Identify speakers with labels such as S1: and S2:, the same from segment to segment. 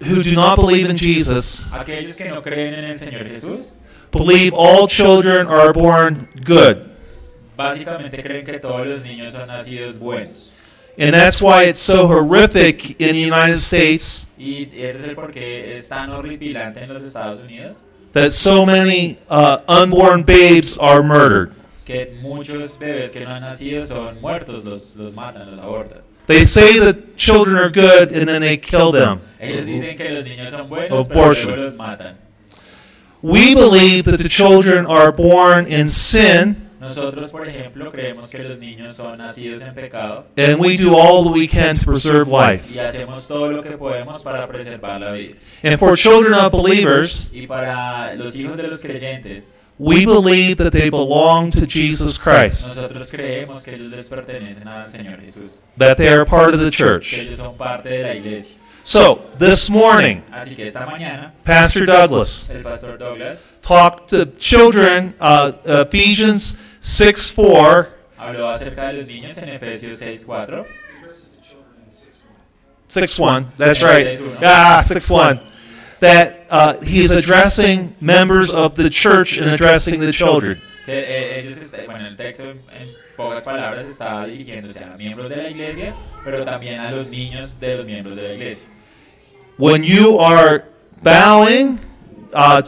S1: do not believe in Jesus,
S2: Aquellos que no creen en el Señor Jesús,
S1: believe all children are born good.
S2: básicamente creen que todos los niños son nacidos buenos.
S1: And that's why it's so horrific in the United States
S2: Y ese es el porqué es tan horripilante en los Estados Unidos
S1: that so many uh, unborn babes are murdered.
S2: que muchos bebés que no han nacido son muertos, los, los matan, los abortan.
S1: They say that children are good and then they kill them.
S2: Ellos dicen que los niños son buenos, pero luego
S1: Abortion.
S2: los matan.
S1: We believe that the children are born in sin
S2: Nosotros, por ejemplo, creemos que los niños son nacidos en pecado
S1: and we do all that we can to preserve life.
S2: y hacemos todo lo que podemos para preservar la vida.
S1: And for children of believers,
S2: Y para los hijos de los creyentes,
S1: we believe that they belong to Jesus Christ,
S2: nosotros creemos que ellos les pertenecen al Señor Jesús,
S1: that they are part of the
S2: que
S1: church.
S2: ellos son parte de la iglesia.
S1: So, this morning,
S2: Así que esta mañana,
S1: Pastor Douglas
S2: el pastor Douglas
S1: talked to children, uh, Ephesians 6 4.
S2: habló acerca de los niños en Efesios 6.4.
S1: 6 1. That's
S2: Yeah,
S1: right.
S2: six one.
S1: Ah, 6 1. That uh, he is addressing members of the church and addressing the children.
S2: Que, eh, ellos est- bueno, el texto en, en pocas palabras estaba dirigiéndose a miembros de la iglesia, pero también a los niños de los miembros de la iglesia.
S1: When you are bowing uh,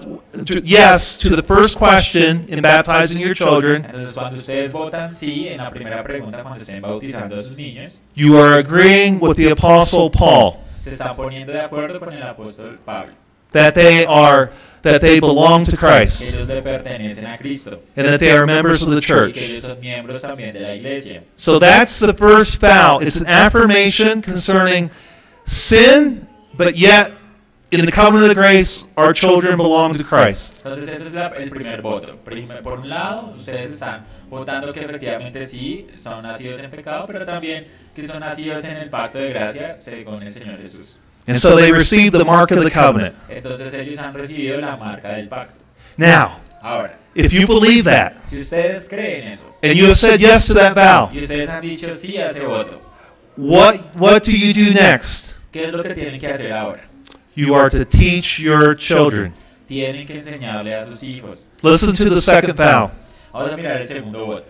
S1: to, yes to the first question in baptizing your children,
S2: Entonces, cuando ustedes votan sí en la primera pregunta, cuando estén bautizando a sus niños,
S1: you are agreeing with the Apostle Paul
S2: se están poniendo de acuerdo con el apóstol Pablo.
S1: that they are that they belong to
S2: que
S1: Christ
S2: ellos le pertenecen a Cristo
S1: and that they are members of the
S2: y que
S1: church.
S2: ellos son miembros también de la iglesia.
S1: So that's the first vow. It's an affirmation concerning sin, but yet in the covenant of grace, our children belong to Christ.
S2: Entonces, ese es la- el primer voto. Prim- Por un lado, ustedes están votando que efectivamente sí son nacidos en pecado, pero también que son nacidos en el pacto de gracia según el Señor Jesús.
S1: And so they receive the mark of the covenant.
S2: Entonces, ellos han recibido la marca del pacto.
S1: Now,
S2: Ahora,
S1: if you believe that
S2: si ustedes creen eso
S1: and you have said yes to that vow,
S2: y ustedes han dicho sí a ese voto,
S1: what what do you do next?
S2: ¿qué es lo que tienen que hacer ahora?
S1: You are to teach your children.
S2: Tienen que enseñarle a sus hijos.
S1: Listen to the second vow.
S2: Vamos a mirar el segundo voto.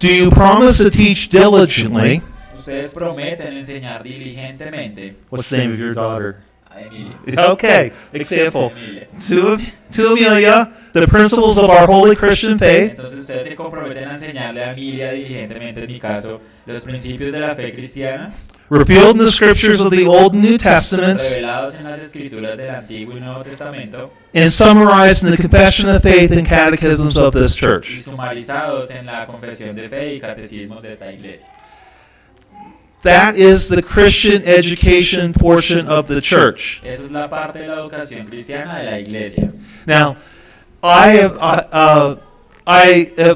S1: Do you promise to teach diligently?
S2: Ustedes prometen enseñar diligentemente
S1: What's the name of your daughter?
S2: a Emilia.
S1: Okay, example.
S2: Emilia.
S1: To, to Amelia, the principles of our holy Christian faith,
S2: Entonces ustedes se comprometen a enseñarle a Emilia diligentemente, en mi caso, los principios de la fe cristiana
S1: revealed in the scriptures of the Old and New Testaments,
S2: revelados en las escrituras del Antiguo y Nuevo Testamento
S1: and summarized in the Confession of Faith and Catechisms of this
S2: y
S1: church.
S2: sumarizados en la confesión de fe y catecismos de esta iglesia.
S1: That is the Christian education portion of the church.
S2: Esa es la parte de la educación cristiana de la iglesia.
S1: Now, I have, uh, uh, I, uh,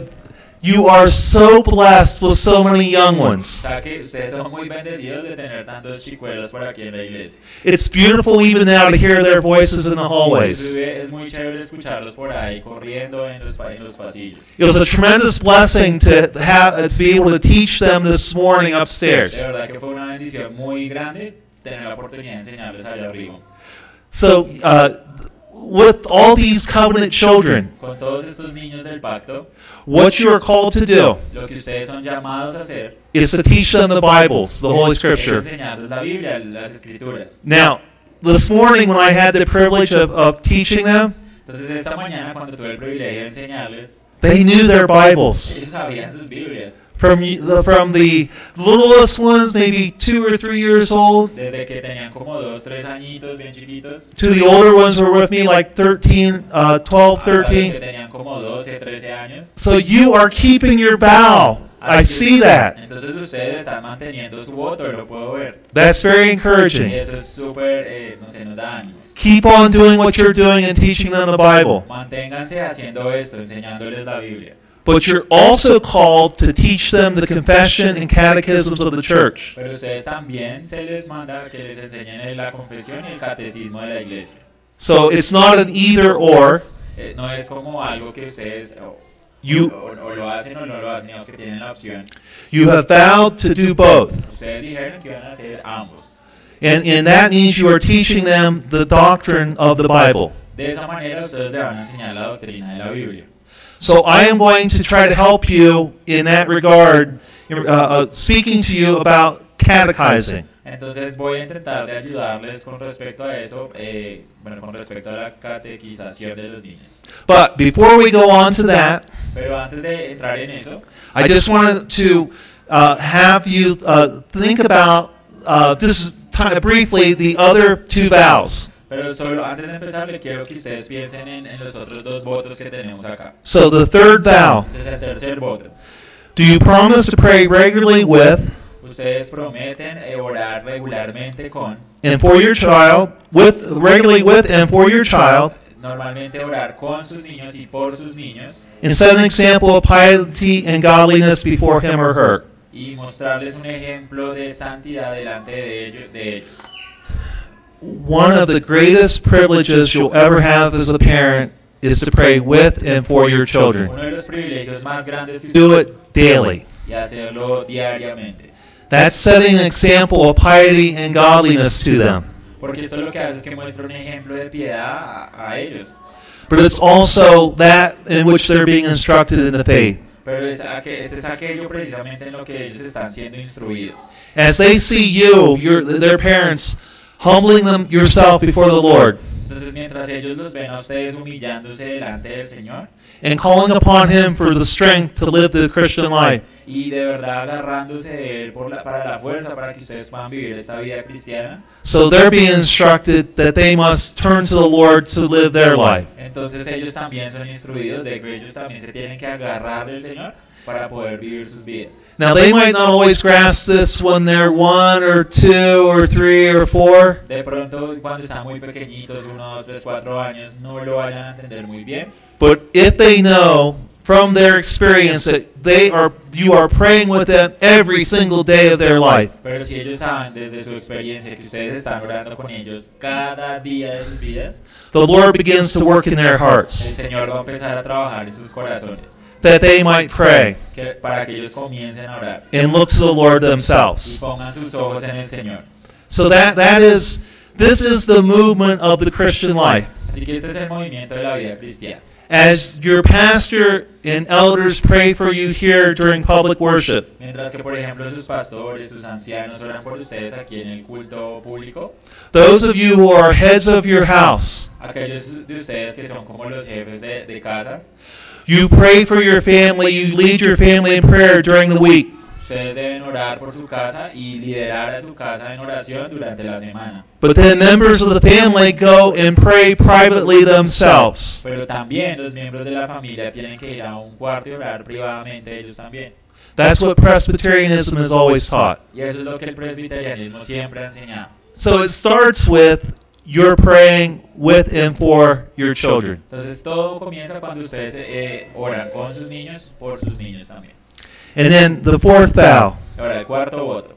S1: you are so blessed with so many young
S2: O
S1: ones.
S2: sea que ustedes son muy bendecidos de tener tantos chicuelos por aquí en la iglesia.
S1: It's beautiful even now to hear their voices in the hallways.
S2: Inclusive Es muy chévere escucharlos por ahí corriendo en los, pa- en los pasillos.
S1: It was a tremendous blessing to have uh, to be able to teach them this morning upstairs.
S2: De verdad que fue una bendición muy grande tener la oportunidad de enseñarles allá arriba.
S1: So, uh, with all these covenant children,
S2: Con todos estos niños del pacto,
S1: what you are called to do
S2: lo que ustedes son llamados a hacer
S1: is to teach them the Bibles, the Holy
S2: es
S1: Scripture.
S2: enseñarles la Biblia, las escrituras.
S1: Now, this morning when I had the privilege of, of teaching them,
S2: Entonces esta mañana cuando tuve el privilegio de enseñarles,
S1: they knew their Bibles.
S2: ellos sabían sus Biblias.
S1: From y- the, from the littlest ones, maybe two or three years old,
S2: Desde que tenían como dos, tres añitos bien chiquitos,
S1: to the older ones who were with me, like 13, uh, 12,
S2: hasta los que
S1: 13.
S2: tenían como 12, 13 años.
S1: So you are keeping your vow. I
S2: Así
S1: see
S2: es.
S1: that.
S2: Entonces ustedes están manteniendo su voto, lo puedo ver.
S1: That's very
S2: Y
S1: encouraging.
S2: eso es súper, eh, no sé, nos da ánimos.
S1: Keep on doing what you're doing and teaching them the Bible.
S2: Manténganse haciendo esto, enseñándoles la Biblia.
S1: But you're also called to teach them the confession and catechisms of the church.
S2: Pero ustedes también se les manda que les enseñen en la confesión y el catecismo de la iglesia.
S1: So it's not an either or.
S2: Eh, no es como algo que ustedes o,
S1: You
S2: o- o lo hacen o no lo hacen, los que tienen la opción.
S1: you have vowed to do both.
S2: Ustedes dijeron que iban a hacer ambos.
S1: And, and that means you are teaching them the doctrine of the Bible.
S2: De esa manera ustedes le van a enseñar la doctrina de la Biblia.
S1: So I am going to try to help you in that regard, uh, uh, speaking to you about catechizing.
S2: Entonces voy a intentar de ayudarles con respecto a eso, eh, bueno, con respecto a la catequización de los niños.
S1: But before we go on to that,
S2: Pero antes de entrar en eso,
S1: I just wanted to uh, have you uh, think about uh, just ti- briefly the other two vows.
S2: pero solo antes de empezar le quiero que ustedes piensen en, en los otros dos votos que tenemos acá.
S1: So the third vow:
S2: Entonces Este el tercer voto.
S1: Do you promise to pray regularly with
S2: Ustedes prometen eh, orar regularmente con,
S1: and for your child, with regularly with and for your child,
S2: normalmente orar con sus niños y por sus niños,
S1: and set an example of piety and godliness before him or her?
S2: y mostrarles un ejemplo de santidad delante de ellos. De ellos.
S1: One of the greatest privileges you'll ever have as a parent is to pray with and for your children.
S2: Uno de los privilegios más grandes que
S1: Do
S2: ustedes
S1: it daily.
S2: y hacerlo diariamente.
S1: That's setting an example of piety and godliness to them.
S2: Porque eso lo que hace es que muestra un ejemplo de piedad a, a ellos.
S1: But it's also that in which they're being instructed in the faith.
S2: Pero es, aque- ese es aquello precisamente en lo que ellos están siendo instruidos.
S1: As they see you, your, their parents, humbling them yourself before the Lord
S2: Entonces, mientras ellos los ven a ustedes humillándose delante del Señor
S1: and calling upon Him for the strength to live the Christian life,
S2: y de verdad agarrándose de Él por la- para la fuerza para que ustedes puedan vivir esta vida cristiana,
S1: so they're being instructed that they must turn to the Lord to live their life.
S2: entonces ellos también son instruidos de que ellos también se tienen que agarrar del Señor para poder vivir sus vidas.
S1: Now, they might not always grasp this when they're one or two or three or four.
S2: De pronto, cuando están muy pequeñitos, uno, dos, tres, cuatro años, no lo vayan a entender muy bien.
S1: But if they know from their experience that they are you are praying with them every single day of their life,
S2: Pero si ellos saben desde su experiencia que ustedes están orando con ellos cada día de sus vidas,
S1: the Lord begins to work in their
S2: el
S1: hearts
S2: Señor va a empezar a trabajar en sus corazones
S1: that they might pray
S2: que, para que ellos comiencen a orar
S1: and look to the Lord
S2: y
S1: themselves.
S2: pongan sus ojos en el Señor.
S1: So that that is this is the movement of the Christian life.
S2: Así que este es el movimiento de la vida cristiana.
S1: As your pastor and elders pray for you here during public worship,
S2: Mientras que, por ejemplo, sus pastores, sus ancianos oran por ustedes aquí en el culto público,
S1: those of you who are heads of your house,
S2: aquellos de ustedes que son como los jefes de, de casa,
S1: you pray for your family, you lead your family in prayer during the week.
S2: ustedes deben orar por su casa y liderar a su casa en oración durante la semana.
S1: But then members of the family go and pray privately themselves.
S2: Pero también los miembros de la familia tienen que ir a un cuarto y orar privadamente ellos también.
S1: That's what Presbyterianism has always taught.
S2: Y eso es lo que el presbiterianismo siempre ha enseñado.
S1: So it starts with you're praying with and for your children.
S2: Entonces todo comienza cuando ustedes eh, oran con sus niños, por sus niños también.
S1: And then the fourth vow
S2: Ahora, el cuarto voto.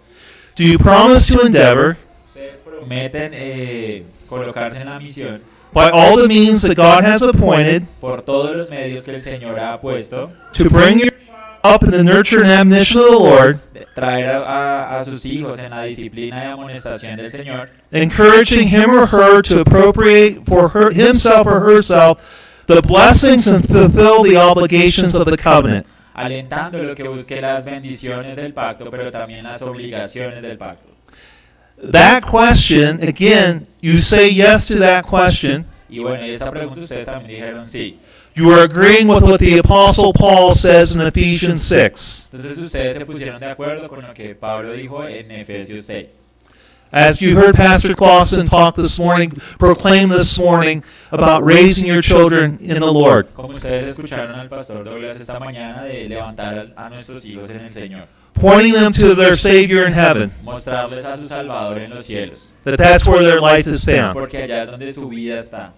S1: do you promise to endeavor
S2: Ustedes prometen eh, colocarse en la misión
S1: by all the means that God has appointed
S2: por todos los medios que el Señor ha puesto,
S1: to bring your child up in the nurture and admonition of the Lord,
S2: de traer a, a- a sus hijos en la disciplina y amonestación del Señor,
S1: encouraging him or her to appropriate for her, himself or herself the blessings and fulfill the obligations of the covenant?
S2: alentando lo que busque las bendiciones del pacto, pero también las obligaciones del pacto.
S1: That question, again, you say yes to that question.
S2: Y bueno, y esta pregunta ustedes también dijeron sí.
S1: You are agreeing with what the Apostle Paul says in Ephesians 6.
S2: Entonces ustedes se pusieron de acuerdo con lo que Pablo dijo en Efesios 6.
S1: As you heard Pastor Clausen talk this morning, proclaim this morning about raising your children in the Lord.
S2: Como ustedes escucharon al pastor Douglas esta mañana de levantar al- a nuestros hijos en el Señor,
S1: Pointing them to their Savior in heaven,
S2: mostrarles a su Salvador en los cielos,
S1: that that's where their life is found.
S2: porque allá es donde su vida está.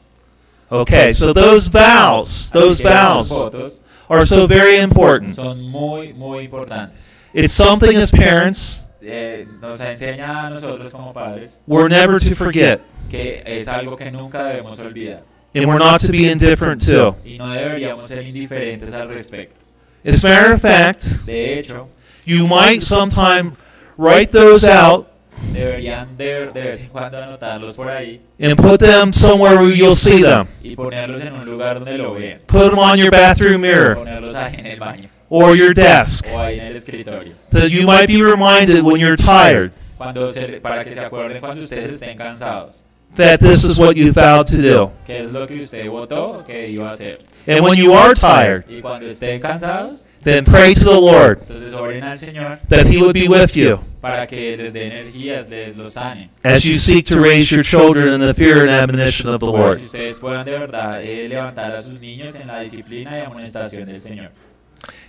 S1: Okay, so those vows,
S2: Así
S1: those
S2: que esas
S1: vows
S2: votos
S1: are so very important.
S2: son muy, muy importantes.
S1: It's something as parents
S2: Eh, nos enseña a nosotros como padres
S1: we're never to forget,
S2: que es algo que nunca debemos olvidar
S1: and we're not to be indifferent to.
S2: y no deberíamos ser indiferentes al respecto.
S1: As a matter of fact,
S2: De hecho,
S1: You might sometime write those out
S2: deberían de, de vez en cuando anotarlos por ahí
S1: and put them somewhere where you'll see them.
S2: y ponerlos en un lugar donde lo vean.
S1: Put them on your bathroom
S2: O
S1: mirror
S2: Ponerlos ahí en el baño
S1: or your desk
S2: o ahí en el escritorio.
S1: so that you might be reminded when you're tired
S2: Cuando se- para que se acuerden cuando ustedes estén cansados.
S1: that this is what you vowed to do.
S2: ¿Qué es lo que usted votó que iba a hacer?
S1: And when you are tired,
S2: Y cuando estén cansados,
S1: then pray to the Lord
S2: entonces oren al Señor
S1: that He would be with you
S2: para que les dé energías, les los sane.
S1: as you seek to raise your children in the fear and admonition of the
S2: Para
S1: Lord.
S2: que ustedes puedan de verdad eh, levantar a sus niños en la disciplina y amonestación del Señor.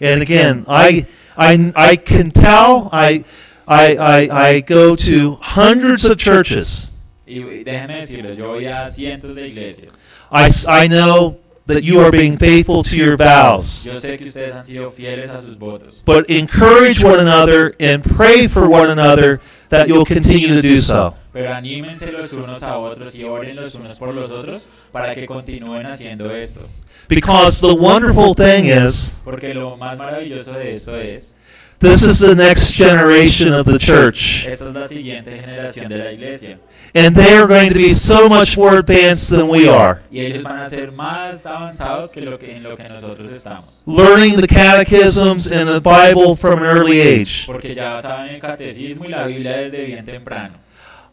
S1: And again, I, I, I can tell, I, I, I, I go to hundreds of churches.
S2: Y y déjenme decirles, yo voy a cientos de iglesias.
S1: I, s- I know that you are being faithful to your vows.
S2: Yo sé que ustedes han sido fieles a sus votos.
S1: But encourage one another and pray for one another that you'll continue to do so.
S2: Pero anímense los unos a otros y oren los unos por los otros para que continúen haciendo esto.
S1: Because the wonderful thing is,
S2: Porque lo más maravilloso de esto es,
S1: this is the next generation of the church.
S2: esta es la siguiente generación de la iglesia.
S1: And they are going to be so much more advanced than we are.
S2: Y ellos van a ser más avanzados que, lo que en lo que nosotros estamos.
S1: Learning the catechisms and the Bible from an early age.
S2: Porque ya saben el catecismo y la Biblia desde bien temprano.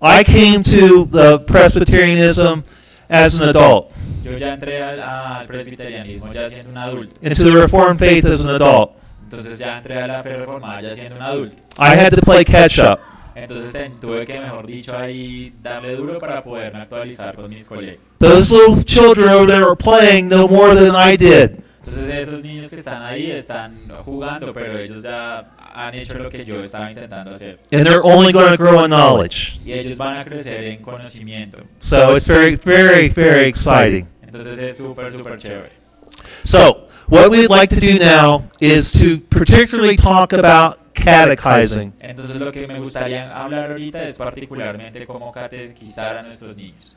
S1: I came to the Presbyterianism as an adult,
S2: Yo ya entré al, al presbiterianismo ya siendo un adulto.
S1: into the Reformed faith as an adult.
S2: Entonces ya entré a la fe reformada ya siendo un adulto.
S1: I had to play catch up.
S2: Entonces ten- tuve que, mejor dicho, ahí darle duro para poderme actualizar con mis colegas.
S1: Those little children over there were playing no more than I did.
S2: Entonces esos niños que están ahí están jugando, pero ellos ya han hecho lo que yo estaba intentando hacer.
S1: and they're only going to grow in knowledge.
S2: Y ellos van a crecer en conocimiento.
S1: So it's very, very, very exciting.
S2: Entonces es súper, súper chévere.
S1: So what we'd like to do now is to particularly talk about catechizing.
S2: Entonces lo que me gustaría hablar ahorita es particularmente cómo catequizar a nuestros niños.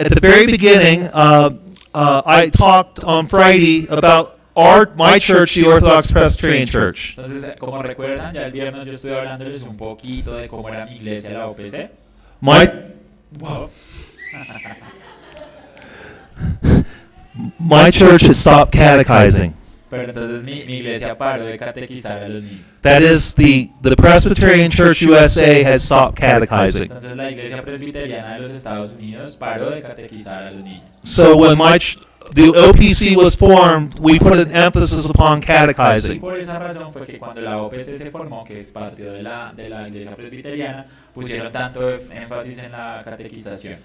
S1: At the very beginning, uh, uh, I talked on Friday about our my church, the Orthodox Presbyterian Church,
S2: Entonces, como recuerdan, ya el viernes yo estuve hablándoles un poquito de cómo era mi iglesia, la OPC.
S1: my
S2: Wow.
S1: my church has stopped catechizing.
S2: Pero entonces mi, mi iglesia paró de catequizar a los niños.
S1: That is the the Presbyterian Church USA has stopped catechizing.
S2: Entonces la iglesia presbiteriana de los Estados Unidos paró de catequizar a los niños.
S1: So when my ch- the OPC was formed, we put an emphasis upon
S2: Y
S1: catechizing.
S2: Pues por esa razón fue que cuando la OPC se formó, que es partido de la, de la iglesia presbiteriana, pusieron tanto éf- énfasis en la catequización.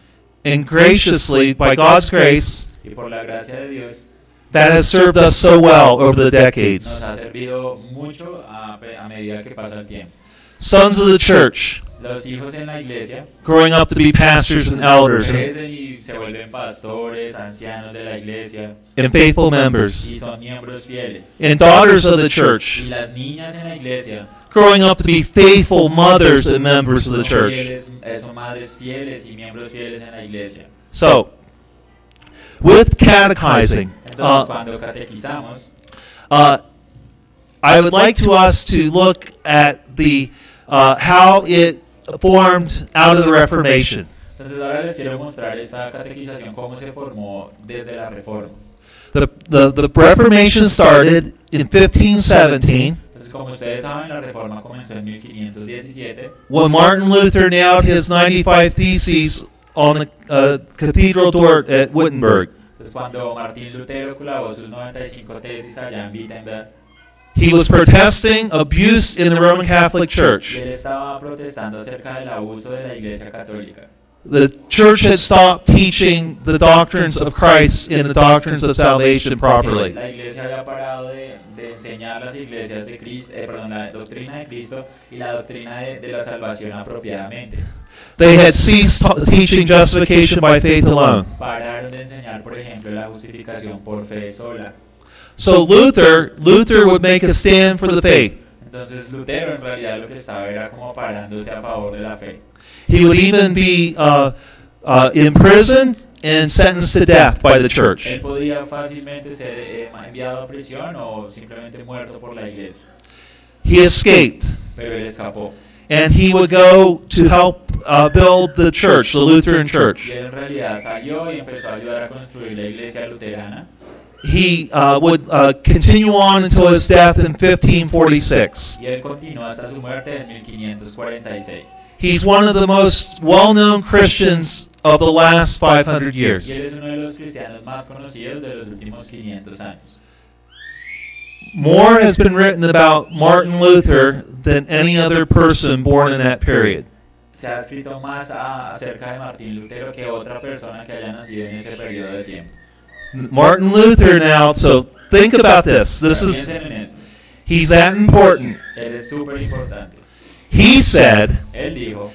S1: And graciously, by God's grace,
S2: Y por la gracia de Dios,
S1: that has served us so well over the
S2: nos
S1: decades.
S2: ha servido mucho a, pe- a medida que pasa el tiempo.
S1: Sons of the church,
S2: Los hijos en la iglesia
S1: growing up to be pastors and elders and,
S2: crecen y se vuelven pastores, ancianos de la iglesia
S1: and faithful members.
S2: y son miembros fieles.
S1: And daughters of the
S2: Y
S1: church,
S2: las niñas en la iglesia
S1: growing up to be faithful mothers and members of
S2: son,
S1: the church.
S2: fieles, eh, son madres fieles y miembros fieles en la iglesia.
S1: So, with catechizing,
S2: Entonces,
S1: uh,
S2: cuando catequizamos,
S1: Uh, I would like to us to look at the uh, how it formed out of the Reformation.
S2: entonces ahora les quiero mostrar esta catequización, cómo se formó desde la reforma.
S1: The, the, the Reformation started in 1517
S2: Entonces, como ustedes saben, la reforma comenzó en 1517.
S1: when Martin Luther nailed his 95 theses on the uh, cathedral door at Wittenberg.
S2: Entonces, cuando Martín Lutero clavó sus 95 tesis allá en Wittenberg,
S1: He was protesting abuse in the Roman Catholic
S2: y
S1: Church.
S2: él estaba protestando acerca del abuso de la Iglesia Católica.
S1: The church had stopped teaching the doctrines of Christ and the doctrines of salvation properly.
S2: La Iglesia había parado de, de enseñar las iglesias de Cristo, eh, perdón, la doctrina de Cristo y la doctrina de, de la salvación apropiadamente.
S1: They had ceased t- teaching justification by faith alone.
S2: Pararon de enseñar, por ejemplo, la justificación por fe sola.
S1: So Luther, Luther would make a stand for the faith.
S2: Entonces Lutero en realidad lo que estaba era como parándose a favor de la fe.
S1: He would even be uh, uh, imprisoned and sentenced to death by the
S2: Él
S1: church.
S2: podría fácilmente ser eh, enviado a prisión o simplemente muerto por la iglesia,
S1: He escaped,
S2: pero él escapó.
S1: and he would go to help uh, build the church, the Lutheran
S2: Y
S1: church.
S2: él en realidad salió y empezó a ayudar a construir la iglesia luterana.
S1: He uh, would uh, continue on until his death in 1546.
S2: Y él continuó hasta su muerte en 1546.
S1: He's one of the most well known Christians of the last 500
S2: Y él
S1: years.
S2: es uno de los cristianos más conocidos de los últimos 500 años.
S1: More has been written about Martin Luther than any other person born in that period.
S2: Se ha escrito más a- acerca de Martín Lutero que otra persona que haya nacido en ese periodo de tiempo.
S1: Martin Luther now, so think about this. This is,
S2: Piensen en esto.
S1: he's that important.
S2: Él es súper importante.
S1: He said
S2: Él dijo,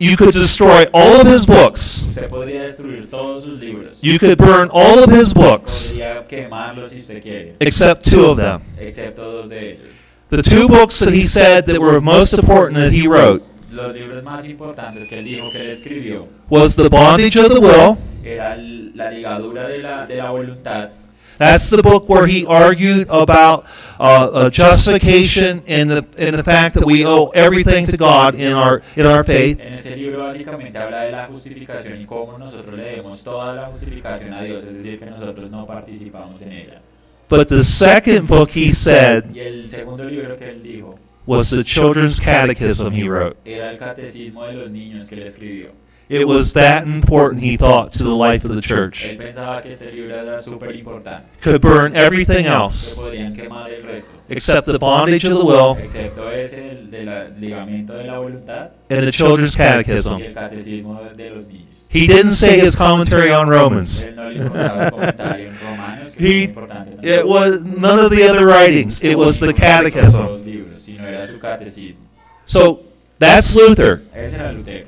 S1: you could destroy all of his books,
S2: usted podría destruir todos sus libros.
S1: you could burn all of his books,
S2: Podría quemarlos si usted quiere,
S1: except two of them.
S2: excepto dos de ellos.
S1: The two books that he said that were most important that he wrote
S2: Los libros más importantes que él dijo que él escribió
S1: was The Bondage of the Will.
S2: era el- la ligadura de la, de la voluntad.
S1: That's the book where he argued about uh, uh, justification and the and the fact that we owe everything to God in our in our faith.
S2: En ese libro básicamente habla de la justificación y cómo nosotros le debemos toda la justificación a Dios, es decir, que nosotros no participamos en ella.
S1: But the second book he said
S2: Y el segundo libro que él dijo
S1: was the Children's Catechism he wrote.
S2: era el catecismo de los niños que él escribió.
S1: It was that important he thought to the life of the church.
S2: Él pensaba que este libro era súper importante,
S1: Could burn everything
S2: que
S1: else
S2: podrían quemar el resto,
S1: except the bondage of the will
S2: excepto ese del, de la- ligamento de la voluntad
S1: and the Children's
S2: y el
S1: Catechism.
S2: catecismo de, de los niños.
S1: He didn't say his commentary on Romans.
S2: Él no le importaba el comentario en romanos, que es muy
S1: He,
S2: importante también.
S1: it was none of the other writings. It was the Catechism.
S2: Los libros, sino era su catecismo.
S1: So that's Luther.
S2: Ese era Lutero.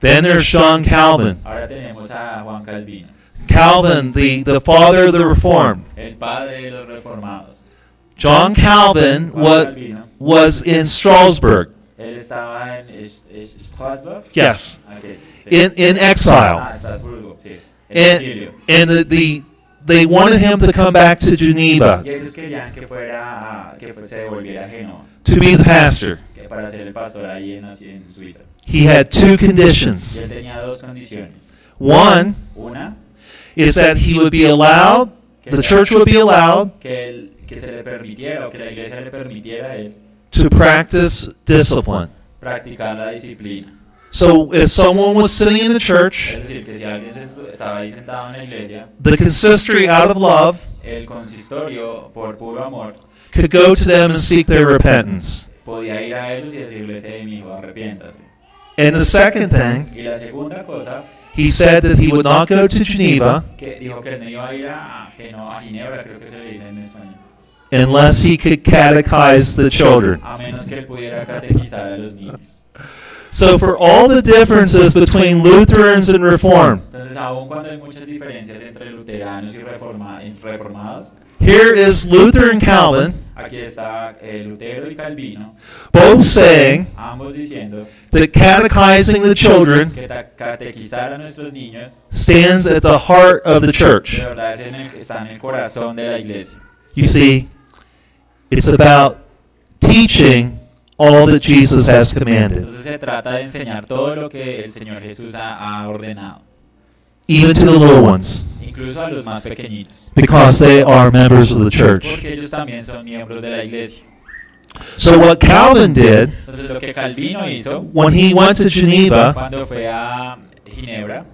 S1: Then there's John Calvin.
S2: Ahora tenemos a Juan Calvino,
S1: Calvin, the, the father of the Reformed.
S2: el padre de los reformados.
S1: John Calvin
S2: Juan
S1: was,
S2: Calvino,
S1: was in Strasbourg.
S2: él estaba en Es- Es- Strasbourg.
S1: Yes.
S2: Ok, sí.
S1: In, in
S2: Ah,
S1: exile. Eh,
S2: Estrasburgo, sí. En
S1: And,
S2: exilio.
S1: and the, the, they wanted him to come back to Geneva
S2: Y ellos querían que fuera, que fue- se devolviera a Génova,
S1: to be the pastor.
S2: que para ser el pastor ahí en, en Suiza.
S1: He had two
S2: Y
S1: conditions.
S2: él tenía dos condiciones.
S1: One
S2: Una,
S1: is that he would be allowed, the church would be allowed,
S2: que, él, que se le permitiera o que la iglesia le permitiera a él
S1: to practice discipline.
S2: practicar la disciplina.
S1: So if someone was sitting in the church,
S2: Es decir, que si alguien se- estaba ahí sentado en la iglesia,
S1: the consistory out of love
S2: el consistorio, por puro amor,
S1: could go to them and seek their repentance.
S2: podía ir a ellos y decirles, hey, mijo, arrepiéntase.
S1: And the second thing,
S2: Y la segunda cosa,
S1: he said that he would not go to Geneva
S2: que dijo que él no iba a ir a, Geno- a Ginebra, creo que se le dice en España,
S1: unless he could catechize the children.
S2: a menos que él pudiera catequizar a los niños.
S1: So for all the differences between Lutherans and Reformed,
S2: Entonces, aun cuando hay muchas diferencias entre luteranos y reforma- y reformados,
S1: here is Luther and Calvin
S2: aquí está eh, Lutero y Calvino,
S1: both saying
S2: ambos diciendo
S1: that catechizing the children
S2: que ta- catequizar a nuestros niños
S1: stands at the heart of the church.
S2: de verdad es en el- está en el corazón de la iglesia.
S1: You see, it's about teaching all that Jesus has commanded,
S2: Entonces se trata de enseñar todo lo que el Señor Jesús ha, ha ordenado,
S1: even to the little ones.
S2: incluso a los más pequeñitos,
S1: because they are members of the church.
S2: porque ellos también son miembros de la iglesia.
S1: So what Calvin did
S2: Entonces lo que Calvino hizo
S1: when he went to Geneva,
S2: cuando fue a Ginebra,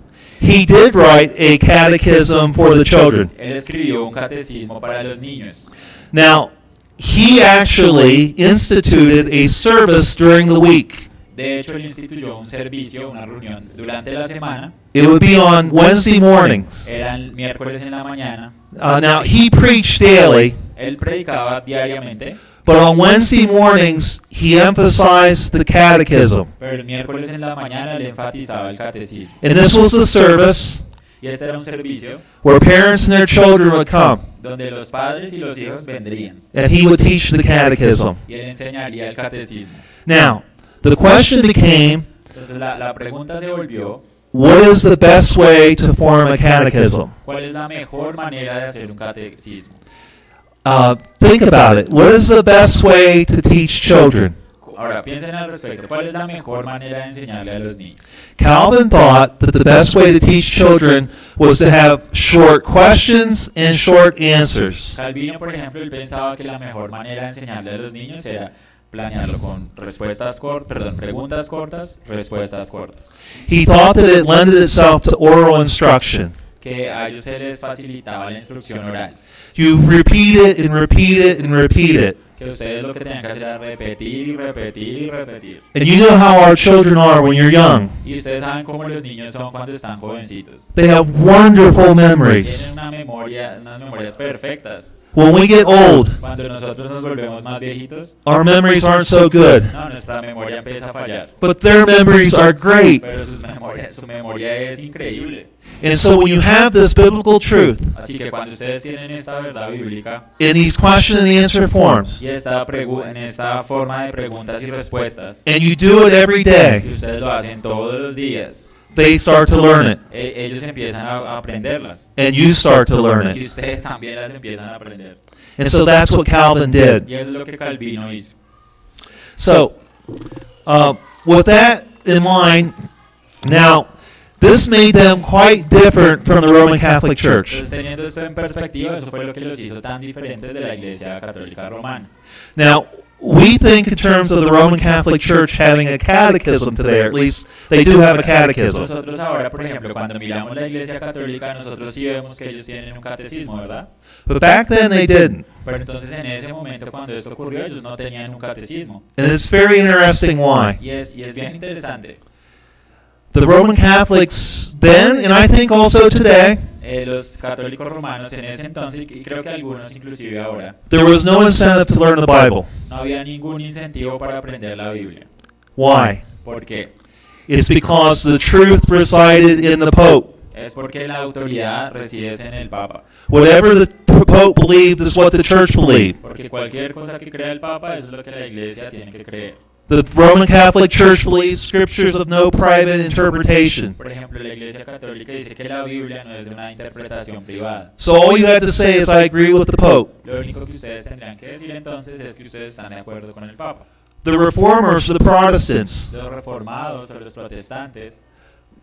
S1: he did write a catechism for the children.
S2: él escribió un catecismo para los niños.
S1: Now, he actually instituted a service during the week.
S2: De hecho, él instituyó un servicio, una reunión durante la semana,
S1: It would be on Wednesday mornings.
S2: eran miércoles en la mañana,
S1: Uh, now, he preached daily,
S2: él predicaba diariamente,
S1: but on Wednesday mornings, he emphasized the catechism.
S2: pero el miércoles en la mañana le enfatizaba el catecismo.
S1: And this was the service
S2: Y este era un servicio
S1: where parents and their children would come,
S2: donde los padres y los hijos vendrían
S1: and he would teach the catechism.
S2: y él enseñaría el catecismo.
S1: Now, the question became
S2: Entonces la, la pregunta se volvió,
S1: what is the best way to form a catechism?
S2: ¿cuál es la mejor manera de hacer un catecismo?
S1: Uh, think about it. What is the best way to teach children?
S2: Cu- Ahora piensen al respecto. ¿Cuál es la mejor manera de enseñarle a los niños?
S1: Calvin thought that the best way to teach children was to have short questions and short answers.
S2: Calvino, por ejemplo, él pensaba que la mejor manera de enseñarle a los niños era planearlo con respuestas cortas, perdón, preguntas cortas, respuestas cortas,
S1: He thought that it lended itself to oral instruction.
S2: que a ellos se les facilitaba la instrucción oral,
S1: You repeat it and repeat it and repeat it.
S2: que ustedes lo que tenían que hacer era repetir y repetir y repetir.
S1: And you know how our children are when you're young.
S2: Y ustedes saben cómo los niños son cuando están jovencitos.
S1: They have wonderful
S2: Tienen
S1: memories.
S2: una memoria, unas memorias perfectas.
S1: When we get old,
S2: Cuando nosotros nos volvemos más viejitos,
S1: our memories aren't so good.
S2: no, nuestra memoria empieza a fallar.
S1: But their memories are great.
S2: Pero sus memorias- su memoria es increíble.
S1: And so when you have this biblical truth
S2: Así que cuando ustedes tienen esta verdad bíblica
S1: in these question and answer forms,
S2: y esta pregu- en esta forma de preguntas y respuestas, eh,
S1: and you do it every
S2: que
S1: day,
S2: ustedes lo hacen todos los días,
S1: they start to learn it.
S2: e- ellos empiezan a a aprenderlas
S1: And you start to learn
S2: y
S1: it.
S2: ustedes también las empiezan a aprender.
S1: And so that's what Calvin did.
S2: Y eso es lo que Calvino hizo.
S1: So, uh, with that in mind, now this made them quite different from the Roman Catholic Church.
S2: Entonces, teniendo esto en perspectiva, eso fue lo que los hizo tan diferentes de la Iglesia Católica Romana.
S1: Now, we think in terms of the Roman Catholic Church having a catechism today, or at least they do have a catechism.
S2: Nosotros ahora, por ejemplo, cuando miramos la Iglesia Católica, nosotros sí vemos que ellos tienen un catecismo, ¿verdad?
S1: But back then they didn't.
S2: Pero entonces en ese momento cuando esto ocurrió ellos no tenían un catecismo.
S1: And it's very interesting why.
S2: Y es, y es bien interesante.
S1: The Roman Catholics then, and I think also today,
S2: Eh, los católicos romanos en ese entonces, y creo que algunos inclusive ahora,
S1: there was no incentive to learn the Bible.
S2: no había ningún incentivo para aprender la Biblia.
S1: Why?
S2: ¿Por qué?
S1: It's because the truth resided in the Pope.
S2: Es porque la autoridad reside en el Papa.
S1: Whatever the p- Pope believed is what the church believed.
S2: Porque cualquier cosa que crea el Papa, eso es lo que la Iglesia tiene que creer.
S1: The Roman Catholic Church believes scriptures of no private interpretation.
S2: Por ejemplo, la Iglesia Católica dice que la Biblia no es de una interpretación privada.
S1: So all you had to say is, I agree with the Pope.
S2: Lo único que ustedes tendrán que decir entonces es que ustedes están de acuerdo con el Papa.
S1: The reformers, the Protestants,
S2: Los reformados o los protestantes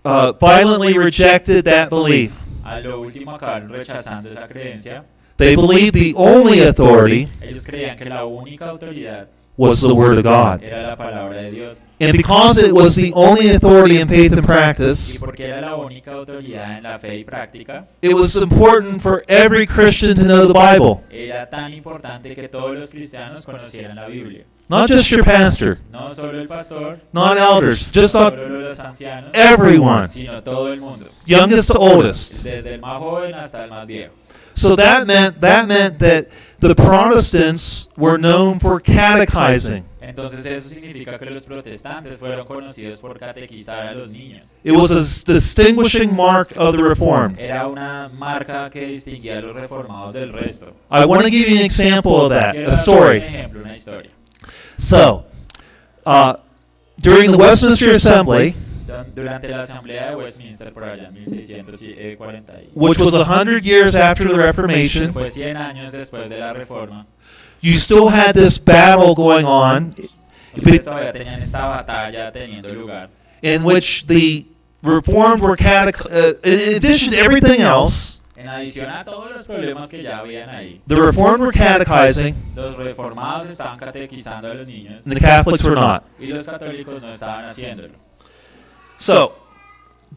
S1: uh, violently rejected that belief.
S2: a lo último acabaron rechazando esa creencia.
S1: They believed the only authority
S2: Ellos creían que la única autoridad
S1: was the Word of God.
S2: era la palabra de Dios.
S1: And because it was the only authority in faith and
S2: Y
S1: practice,
S2: porque era la única autoridad en la fe y práctica,
S1: it was important for every Christian to know the Bible,
S2: era tan importante que todos los cristianos conocieran la Biblia.
S1: not just your pastor,
S2: No solo el pastor,
S1: not elders, just
S2: no
S1: not
S2: solo los ancianos,
S1: everyone,
S2: sino todo el mundo,
S1: youngest to oldest.
S2: desde el más joven hasta el más viejo.
S1: So that meant that meant that the Protestants were known for catechizing.
S2: Entonces eso significa que los protestantes fueron conocidos por catequizar a los niños.
S1: It was a s- distinguishing mark of the Reformed.
S2: Era una marca que distinguía a los reformados del resto.
S1: I want to give you an example of that,
S2: Quiero
S1: a
S2: dar Un
S1: story.
S2: ejemplo, una historia.
S1: So, uh, during the Westminster Assembly,
S2: Don- Durante la asamblea de Westminster por allá en 1640, eh, y-
S1: which was 100 years after the Reformation,
S2: fue 100 años después de la reforma,
S1: you still had this battle going on
S2: ustedes todavía tenían esta batalla teniendo lugar,
S1: in which the Reformed were catech- uh, in addition to everything else,
S2: en adición a todos los problemas que ya habían ahí.
S1: the Reformed were catechizing
S2: Los reformados estaban catequizando a los niños
S1: and the Catholics were not.
S2: y los católicos no estaban haciéndolo.
S1: So,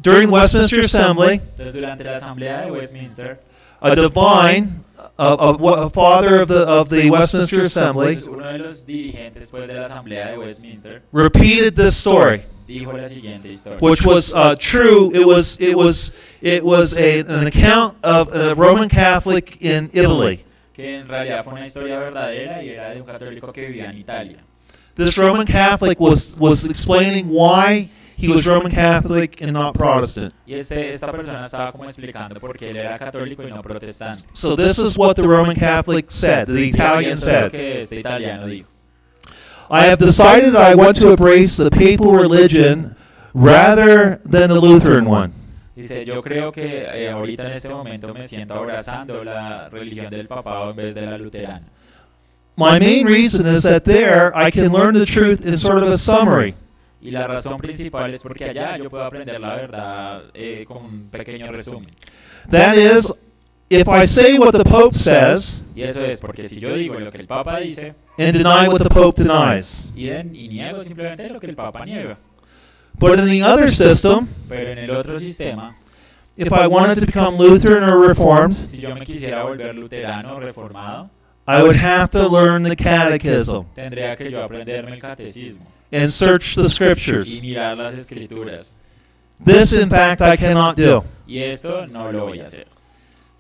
S1: during Westminster Assembly,
S2: Entonces, durante la asamblea de Westminster,
S1: a divine, a, a, a father of the of the Westminster Assembly,
S2: pues, uno de los dirigentes pues, de la asamblea de Westminster
S1: repeated this story,
S2: dijo la siguiente historia.
S1: which was uh, true. It was it was it was a, an account of a Roman Catholic in Italy.
S2: que en realidad fue una historia verdadera y era de un católico que vivía en Italia.
S1: This Roman Catholic was was explaining why he was Roman Catholic and not Protestant.
S2: Y este, esta persona estaba como explicando por qué él era católico y no protestante.
S1: So this is what the Roman Catholic said, the
S2: Y
S1: Italian
S2: eso es lo
S1: said.
S2: que este italiano dijo.
S1: I have decided I want to embrace the papal religion rather than the Lutheran one.
S2: Dice, yo creo que eh, ahorita en este momento me siento abrazando la religión del papado en vez de la luterana.
S1: My main reason is that there I can learn the truth in sort of a summary.
S2: Y la razón principal es porque allá yo puedo aprender la verdad eh, con un pequeño resumen.
S1: That is, if I say what the Pope says
S2: Y eso es porque si yo digo lo que el Papa dice
S1: and deny what the Pope denies.
S2: y, den- y niego simplemente lo que el Papa niega.
S1: But in the other system,
S2: Pero en el otro sistema,
S1: if I wanted to become Lutheran or Reformed,
S2: si yo me quisiera volver luterano reformado,
S1: I would have to learn the Catechism
S2: tendría que yo aprenderme el catecismo
S1: and search the
S2: y
S1: Scriptures.
S2: mirar las escrituras.
S1: This, in fact, I cannot do
S2: Y esto no lo voy a hacer,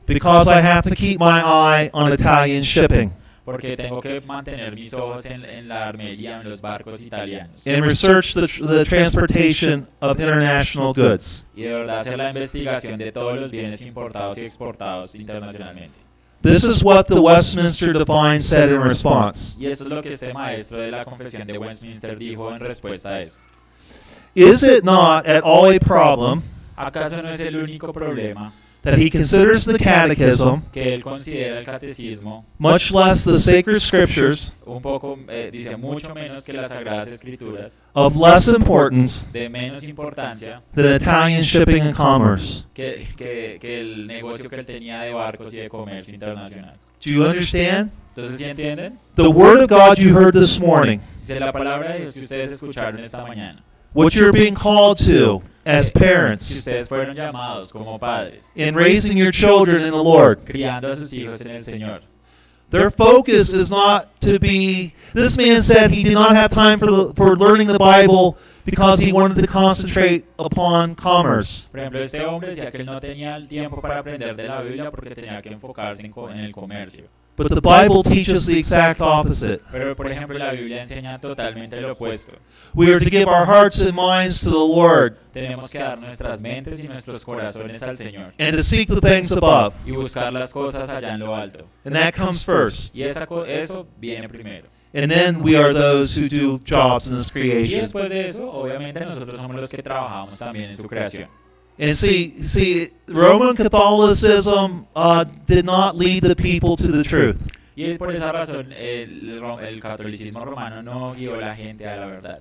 S1: because I have to keep my eye on Italian shipping
S2: porque tengo que mantener mis ojos en, en la armería, en los barcos italianos.
S1: and research the, tr- the transportation of international goods.
S2: Y de verdad hacer la investigación de todos los bienes importados y exportados internacionalmente.
S1: This is what the Westminster Divine said in response.
S2: Y eso es lo que este maestro de la confesión de Westminster dijo en respuesta a esto.
S1: Is it not at all a problem
S2: ¿Acaso no es el único problema
S1: that he considers the Catechism,
S2: que él considera el catecismo
S1: much less the sacred scriptures,
S2: un poco, eh, dice, mucho menos que las sagradas escrituras,
S1: of less importance
S2: de menos importancia
S1: than Italian shipping and commerce?
S2: que, que- que el negocio que él tenía de barcos y de comercio internacional?
S1: Do you understand?
S2: Entonces, ¿sí entienden?
S1: The Word of God you heard this morning,
S2: Dice la palabra de Dios que ustedes escucharon esta mañana. Eh,
S1: what you're being called to as
S2: Si
S1: parents
S2: ustedes fueron llamados como padres,
S1: in raising your children in the Lord,
S2: criando a sus hijos en el Señor.
S1: their focus is not to be. This man said he did not have time for, the, for learning the Bible because he wanted to concentrate upon commerce.
S2: Por ejemplo, este hombre decía que él no tenía el tiempo para aprender de la Biblia porque tenía que enfocarse en, co- en el comercio.
S1: But the Bible teaches the exact opposite.
S2: Pero, por ejemplo, la Biblia enseña totalmente lo opuesto.
S1: We are to give our hearts and minds to the Lord
S2: Tenemos que dar nuestras mentes y nuestros corazones al Señor
S1: and to seek the things above.
S2: y buscar las cosas allá en lo alto.
S1: And that comes first.
S2: Y esa co- eso viene primero.
S1: And then we are those who do jobs in this
S2: Y
S1: creation.
S2: después de eso, obviamente nosotros somos los que trabajamos también en su creación.
S1: And see, see, Roman Catholicism uh, did not lead the people to the truth.
S2: Y es por esa razón el, ro- el catolicismo romano no guió a la gente a la verdad.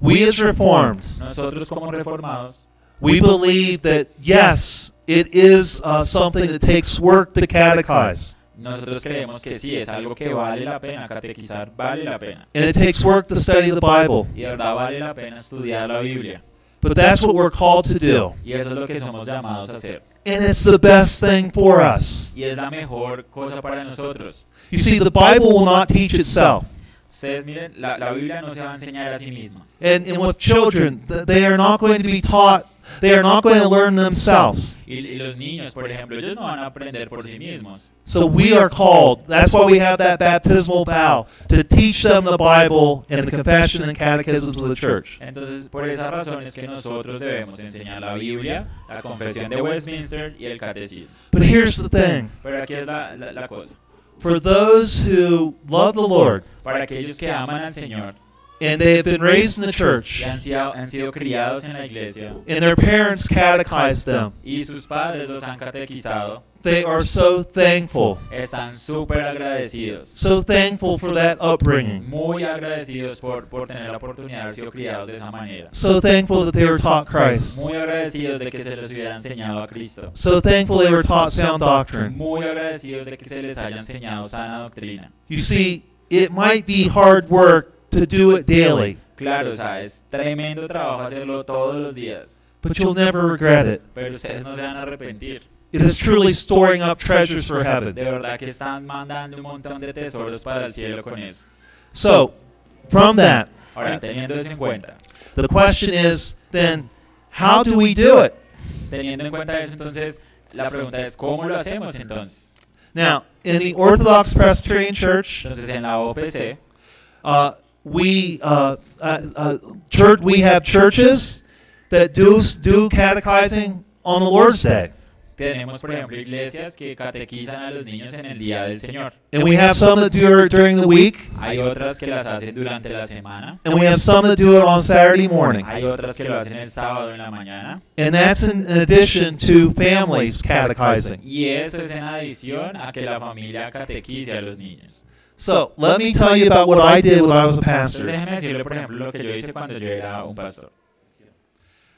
S1: We, as Reformed,
S2: Nosotros como reformados
S1: we believe that yes, it is uh, something that takes work to catechize,
S2: Nosotros creemos que sí, es algo que vale la pena catequizar, vale la pena.
S1: and it takes work to study the Bible.
S2: Y de verdad vale la pena estudiar la Biblia.
S1: But that's what we're called to do,
S2: Y eso es lo que somos llamados a hacer.
S1: and it's the best thing for us.
S2: Y es la mejor cosa para nosotros.
S1: You see, the Bible will not teach itself.
S2: Ustedes miren, la, la Biblia no se va a enseñar a sí misma.
S1: And, and with children, th- they are not going to be taught, they are not going to learn themselves.
S2: Y, y los niños, por ejemplo, ellos no van a aprender por sí mismos.
S1: So we are called. That's why we have that baptismal vow to teach them the Bible and the confession and catechisms of the church.
S2: Entonces, por esa razón es que nosotros debemos enseñar la Biblia, la confesión de Westminster y el catecismo.
S1: But here's the thing
S2: Pero aquí es la- la- la cosa.
S1: for those who love the Lord
S2: Para aquellos que aman al Señor
S1: and they have been raised in the
S2: y
S1: church
S2: han sido, han sido criados en la iglesia,
S1: and their parents catechized them,
S2: y sus padres los han catequizado,
S1: they are so thankful.
S2: están súper agradecidos,
S1: So thankful for that upbringing.
S2: muy agradecidos por, por tener la oportunidad de haber sido criados de esa manera,
S1: So thankful that they were taught Christ.
S2: muy agradecidos de que se les hubiera enseñado a Cristo,
S1: So thankful they were taught sound doctrine.
S2: muy agradecidos de que se les haya enseñado sana doctrina.
S1: You see, it might be hard work to do it daily,
S2: Claro, o sea, es tremendo trabajo hacerlo todos los días,
S1: but you'll never regret it.
S2: pero ustedes no se van a arrepentir.
S1: It is truly storing up treasures for heaven.
S2: De verdad que están mandando un montón de tesoros para el cielo con eso.
S1: So, from that,
S2: Ahora, teniendo eso en cuenta,
S1: the question is then, how do we do it?
S2: teniendo en cuenta eso, entonces la pregunta es, ¿cómo lo hacemos entonces?
S1: Now, in the Orthodox Presbyterian Church,
S2: Entonces en la OPC,
S1: uh, we uh, uh, uh, church we have churches that do do catechizing on the Lord's Day,
S2: tenemos por ejemplo iglesias que catequizan a los niños en el Día del Señor.
S1: and we have some that do it during the week,
S2: Hay otras que las hacen durante la semana.
S1: and we have some that do it on Saturday morning,
S2: Hay otras que lo hacen el sábado en la mañana.
S1: and that's in addition to families catechizing.
S2: Y eso es en adición a que la familia catequice a los niños.
S1: So let me tell you about what I did when I was a
S2: Entonces
S1: pastor.
S2: déjeme decirle, por ejemplo, lo que yo hice cuando yo era un pastor.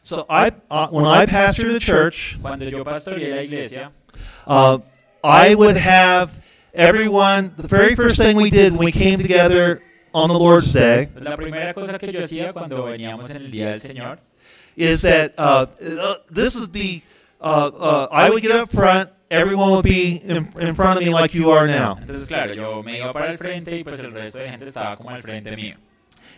S1: So I, uh, when I pastored the church,
S2: Cuando yo pastoreé la iglesia,
S1: uh, I would have everyone. The very first thing we did when we came together on the Lord's Day
S2: pues, la primera cosa que yo hacía cuando veníamos en el Día del Señor,
S1: is that uh, uh, this would be. Uh, uh, I would get up front. Everyone would be in, in front of me like you are now,
S2: entonces claro, yo me iba para el frente y pues el resto de gente estaba como al frente mío.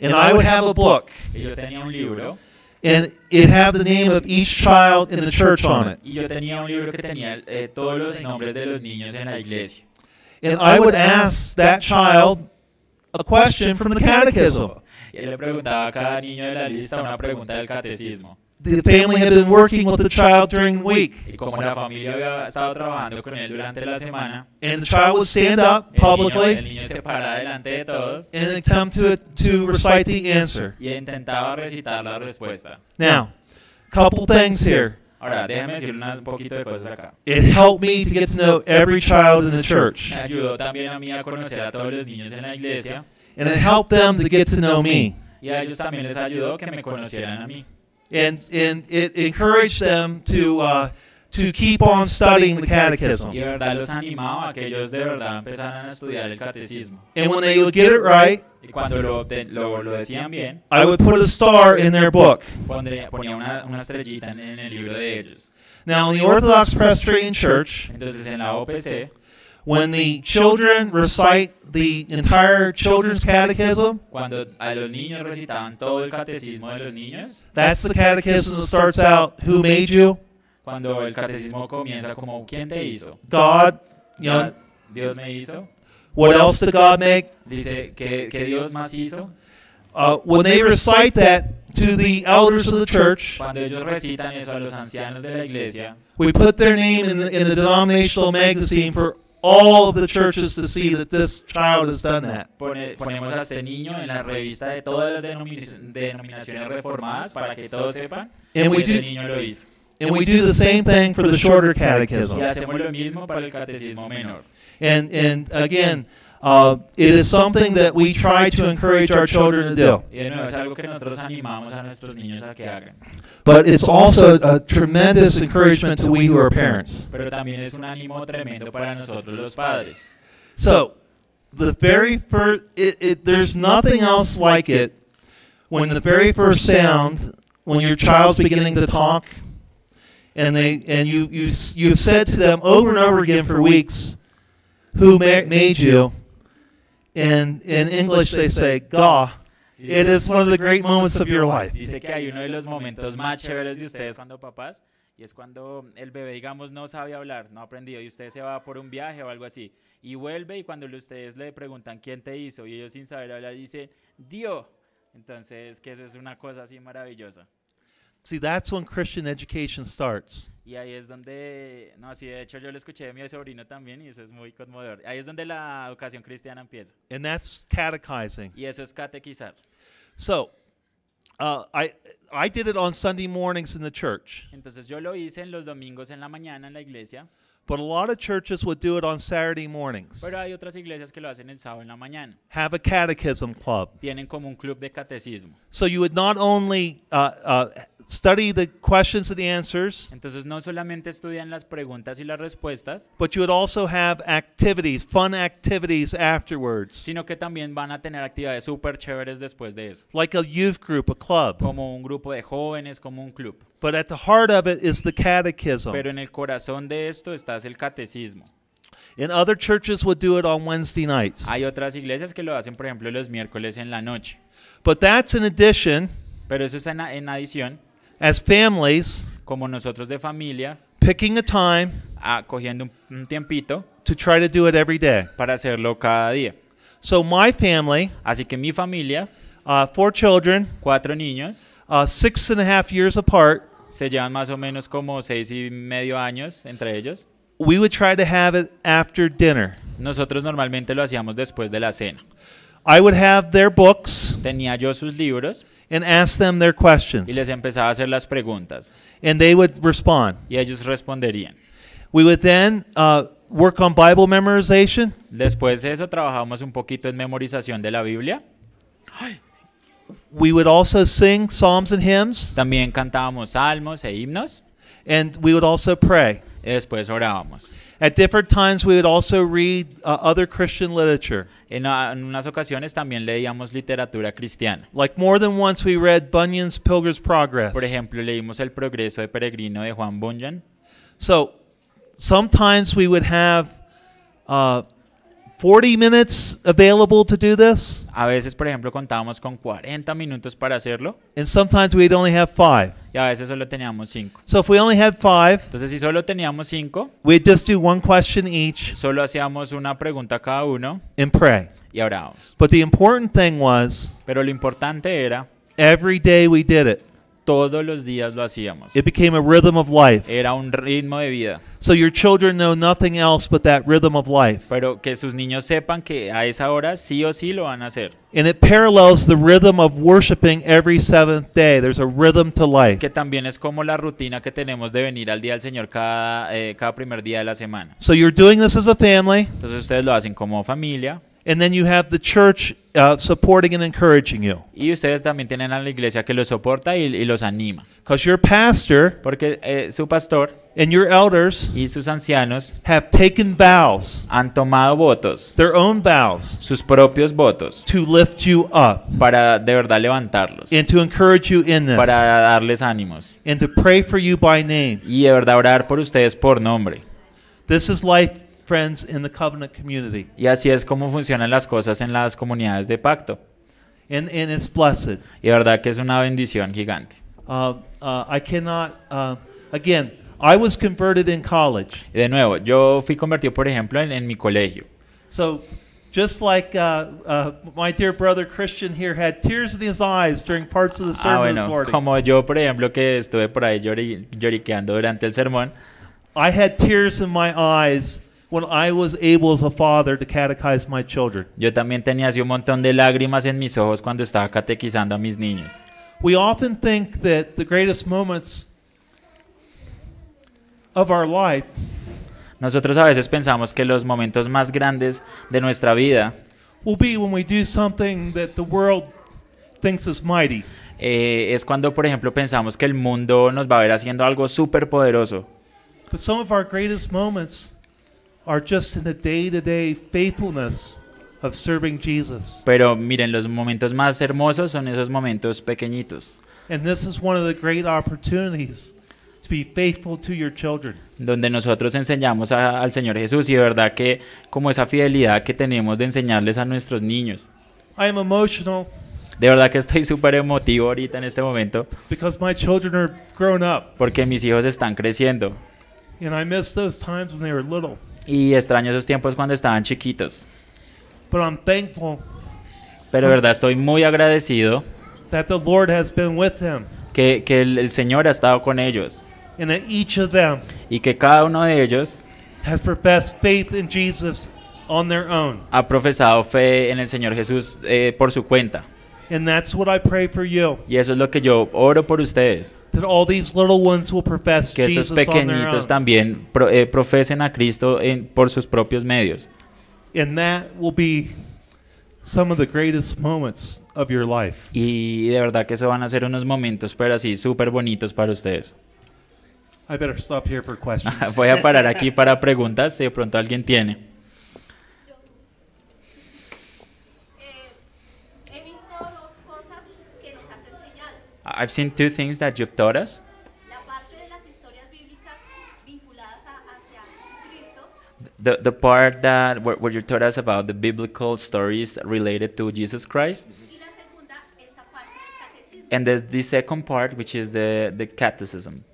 S1: and I would have a book,
S2: Y yo tenía un libro,
S1: and it had the name of each child in the church on it.
S2: y yo tenía un libro que tenía eh, todos los nombres de los niños en la iglesia.
S1: and I would ask that child a question from the catechism.
S2: Y él le preguntaba a cada niño de la lista una pregunta del catecismo.
S1: The family had been working with the child during the week,
S2: Y como la familia había estado trabajando con él durante la semana,
S1: and the child would stand up
S2: el niño, el
S1: publicly
S2: niño se paraba delante de todos
S1: and attempt to, to recite the answer.
S2: y intentaba recitar la respuesta.
S1: Now, couple things here.
S2: Ahora, déjame decir una- un poquito de cosas acá.
S1: It helped me to get to know every child in the church,
S2: Me ayudó también a mí a conocer a todos los niños en la iglesia
S1: and it helped them to get to know me.
S2: y a ellos también les ayudó que me conocieran a mí.
S1: And, and it encouraged them to, uh, to keep on studying the
S2: Y
S1: catechism.
S2: de verdad los animaba a que ellos de verdad empezaran a estudiar el catecismo.
S1: And when they would get it right,
S2: Y cuando lo, obten- lo, lo decían bien,
S1: I would put a star in their book.
S2: pondría- ponía una, una estrellita en, en el libro de ellos.
S1: Now, in the Orthodox Presbyterian Church,
S2: Entonces en la OPC,
S1: when the children recite the entire children's catechism,
S2: cuando a los niños recitaban todo el catecismo de los niños,
S1: that's the catechism that starts out Who made you?
S2: cuando el catecismo comienza como ¿quién te hizo?
S1: God. You know,
S2: Dios me hizo.
S1: what else did God make?
S2: Dice que, que Dios más hizo.
S1: Uh, when they recite that to the elders of the church,
S2: Cuando ellos recitan eso a los ancianos de la iglesia,
S1: we put their name in the, in the denominational magazine for all of the churches to see that this child has done that.
S2: pone- ponemos a este niño en la revista de todas las denomi- denominaciones reformadas para que todos sepan que
S1: And we
S2: ese
S1: do-
S2: niño lo hizo.
S1: And we do the same thing for the shorter catechism.
S2: Y hacemos lo mismo para el catecismo menor.
S1: And and again, uh, it is something that we try to encourage our children to do.
S2: Y de nuevo, es algo que nosotros animamos a nuestros niños a que hagan.
S1: But it's also a tremendous encouragement to we who are parents.
S2: Pero también es un ánimo tremendo para nosotros los padres.
S1: So, the very first, it, it, there's nothing else like it when the very first sound, when your child's beginning to talk, and they and you you s- you've said to them over and over again for weeks, "Who ma- made you?" And in English they say, "God."
S2: Y
S1: It is one of the great moments of your life.
S2: Dice que hay uno de los momentos más chéveres de ustedes cuando papás, y es cuando el bebé, digamos, no sabe hablar, no ha aprendido, y usted se va por un viaje o algo así, y vuelve, y cuando le- ustedes le preguntan quién te hizo, y ellos sin saber hablar dicen, Dios. Entonces, que eso es una cosa así maravillosa.
S1: See, that's when Christian education starts.
S2: Y ahí es donde, no, sí, de hecho yo lo escuché de mi sobrino también, y eso es muy conmovedor. Ahí es donde la educación cristiana empieza,
S1: And that's catechizing.
S2: y eso es catequizar.
S1: So, uh, I I did it on Sunday mornings in the church,
S2: Entonces yo lo hice en los domingos en la mañana en la iglesia,
S1: but a lot of churches would do it on Saturday mornings.
S2: pero hay otras iglesias que lo hacen el sábado en la mañana.
S1: Have a catechism club,
S2: tienen como un club de catecismo.
S1: so you would not only uh, uh, study the questions and the answers,
S2: Entonces no solamente estudian las preguntas y las respuestas,
S1: but you would also have activities, fun activities afterwards,
S2: sino que también van a tener actividades súper chéveres después de eso,
S1: like a youth group, a club.
S2: como un grupo de jóvenes, como un club.
S1: But at the heart of it is the catechism.
S2: Pero en el corazón de esto está el catecismo.
S1: And other churches would do it on Wednesday nights.
S2: Hay otras iglesias que lo hacen, por ejemplo, los miércoles en la noche.
S1: But that's in addition,
S2: Pero eso es en, en adición,
S1: as families,
S2: como nosotros de familia,
S1: picking a time
S2: a- cogiendo un, un tiempito
S1: to try to do it every day.
S2: para hacerlo cada día.
S1: So, my family,
S2: Así que mi familia,
S1: uh, four children,
S2: cuatro niños,
S1: uh, six and a half years apart,
S2: se llevan más o menos como seis y medio años entre ellos.
S1: we would try to have it after dinner.
S2: Nosotros normalmente lo hacíamos después de la cena.
S1: I would have their books
S2: Tenía yo sus libros
S1: and ask them their
S2: y
S1: questions,
S2: les empezaba a hacer las preguntas
S1: and they would respond.
S2: y ellos responderían.
S1: We would then uh, work on Bible memorization.
S2: Después de eso trabajamos un poquito en memorización de la Biblia.
S1: We would also sing psalms and hymns,
S2: También cantábamos salmos e himnos.
S1: and we would also pray.
S2: Y después orábamos.
S1: At different times, we would also read uh, other Christian literature.
S2: En, a- en unas ocasiones también leíamos literatura cristiana.
S1: Like more than once, we read Bunyan's Pilgrim's Progress.
S2: Por ejemplo, leímos El progreso de peregrino de Juan Bunyan.
S1: So sometimes we would have uh, 40 minutes available to do this,
S2: A veces, por ejemplo, contábamos con 40 minutos para hacerlo
S1: and sometimes we'd only have five.
S2: y a veces solo teníamos 5.
S1: So if we only had five,
S2: Entonces, si solo teníamos 5,
S1: we'd just do one question each
S2: solo hacíamos una pregunta a cada uno
S1: and pray.
S2: y orábamos.
S1: But the important thing was
S2: Pero lo importante era,
S1: every day we did it.
S2: todos los días lo hacíamos.
S1: It became a rhythm of life.
S2: Era un ritmo de vida.
S1: So your children know nothing else but that rhythm of life.
S2: Pero que sus niños sepan que a esa hora sí o sí lo van a hacer.
S1: And it parallels the rhythm of worshiping every seventh day. There's a rhythm to life.
S2: Que también es como la rutina que tenemos de venir al Día del Señor cada, eh, cada primer día de la semana.
S1: So you're doing this as a family,
S2: Entonces ustedes lo hacen como familia
S1: and then you have the church uh, supporting and encouraging you.
S2: y ustedes también tienen a la iglesia que los soporta y, y los anima.
S1: Because your pastor
S2: Porque eh, su pastor
S1: and your elders
S2: y sus ancianos
S1: have taken vows,
S2: han tomado votos,
S1: their own vows,
S2: sus propios votos,
S1: to lift you up
S2: para de verdad levantarlos,
S1: and to encourage you in this
S2: para darles ánimos
S1: and to pray for you by name.
S2: y de verdad orar por ustedes por nombre.
S1: This is life, friends, in the covenant community,
S2: Y así es como funcionan las cosas en las comunidades de pacto.
S1: and, and it's blessed.
S2: Y de verdad que es una bendición gigante.
S1: Uh, uh, I cannot, uh, again, I was converted in college.
S2: Y de nuevo, yo fui convertido, por ejemplo, en, en mi colegio.
S1: So, just like uh, uh, my dear brother Christian here had tears in his eyes during parts of the sermon
S2: Ah,
S1: this
S2: bueno,
S1: morning,
S2: como yo, por ejemplo, que estuve por ahí llori- lloriqueando durante el sermón,
S1: I had tears in my eyes when I was able as a father to catechize my children.
S2: yo también tenía así un montón de lágrimas en mis ojos cuando estaba catequizando a mis niños.
S1: We often think that the greatest moments of our life
S2: Nosotros a veces pensamos que los momentos más grandes de nuestra vida
S1: will be when we do something that the world thinks is mighty.
S2: eh, es cuando, por ejemplo, pensamos que el mundo nos va a ver haciendo algo súper poderoso.
S1: But some of our greatest moments are just in the day to day faithfulness of serving Jesus.
S2: Pero miren, los momentos más hermosos son esos momentos pequeñitos,
S1: And this is one of the great opportunities to be faithful to your children.
S2: donde nosotros enseñamos a- al Señor Jesús y de verdad que como esa fidelidad que tenemos de enseñarles a nuestros niños.
S1: I am emotional
S2: De verdad que estoy súper emotivo ahorita en este momento
S1: because my children are grown up,
S2: porque mis hijos están creciendo
S1: and I miss those times when they were little.
S2: y extraño esos tiempos cuando estaban chiquitos.
S1: But I'm thankful
S2: Pero de verdad estoy muy agradecido
S1: that the Lord has been with them
S2: que, que el, el Señor ha estado con ellos
S1: and that each of them
S2: y que cada uno de ellos
S1: has professed faith in Jesus on their own.
S2: ha profesado fe en el Señor Jesús eh, por su cuenta.
S1: And that's what I pray for you
S2: Y eso es lo que yo oro por ustedes,
S1: that all these little ones will profess
S2: que esos
S1: Jesus on their own.
S2: pequeñitos también pro- eh, profesen a Cristo en- por sus propios medios.
S1: And that will be some of the greatest moments of your life.
S2: Y de verdad que eso van a ser unos momentos, pero así, súper bonitos para ustedes.
S1: I better stop here for questions.
S2: Voy a parar aquí para preguntas, si de pronto alguien tiene.
S3: Eh, he visto dos cosas que nos has enseñado.
S2: I've seen two things that you've taught us.
S3: La parte de las historias bíblicas vinculadas a, hacia Jesucristo
S2: The, the part that where, where you taught us about the biblical stories related to Jesus Christ.
S3: y la segunda, esta parte del catecismo.
S2: And there's the second part, which is the, the catechism.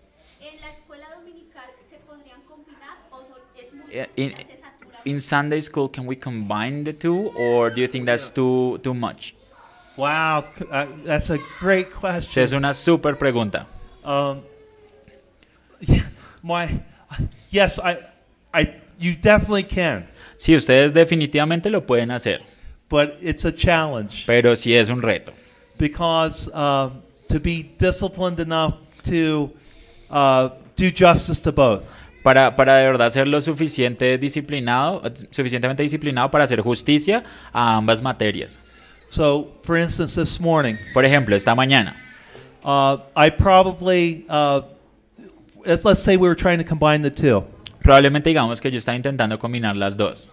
S3: En la escuela dominical se podrían combinar o son- es muy
S2: Eh,
S3: difícil,
S2: in-
S3: se satura
S2: In Sunday school, can we combine the two, or do you think that's too, too much?
S1: wow, uh, that's a great
S2: Esa es
S1: question.
S2: una super pregunta.
S1: Um, yeah, my, yes, I, I, you definitely can,
S2: Sí, ustedes definitivamente lo pueden hacer,
S1: but it's a challenge
S2: pero sí es un reto.
S1: because um, to be disciplined enough to uh, do justice to both.
S2: Para, para de verdad ser lo suficiente disciplinado, suficientemente disciplinado para hacer justicia a ambas materias.
S1: So, for instance, this morning,
S2: Por ejemplo, esta mañana,
S1: uh, I probably, uh, let's, let's say we were trying to combine the two.
S2: probablemente digamos que yo estaba intentando combinar las dos.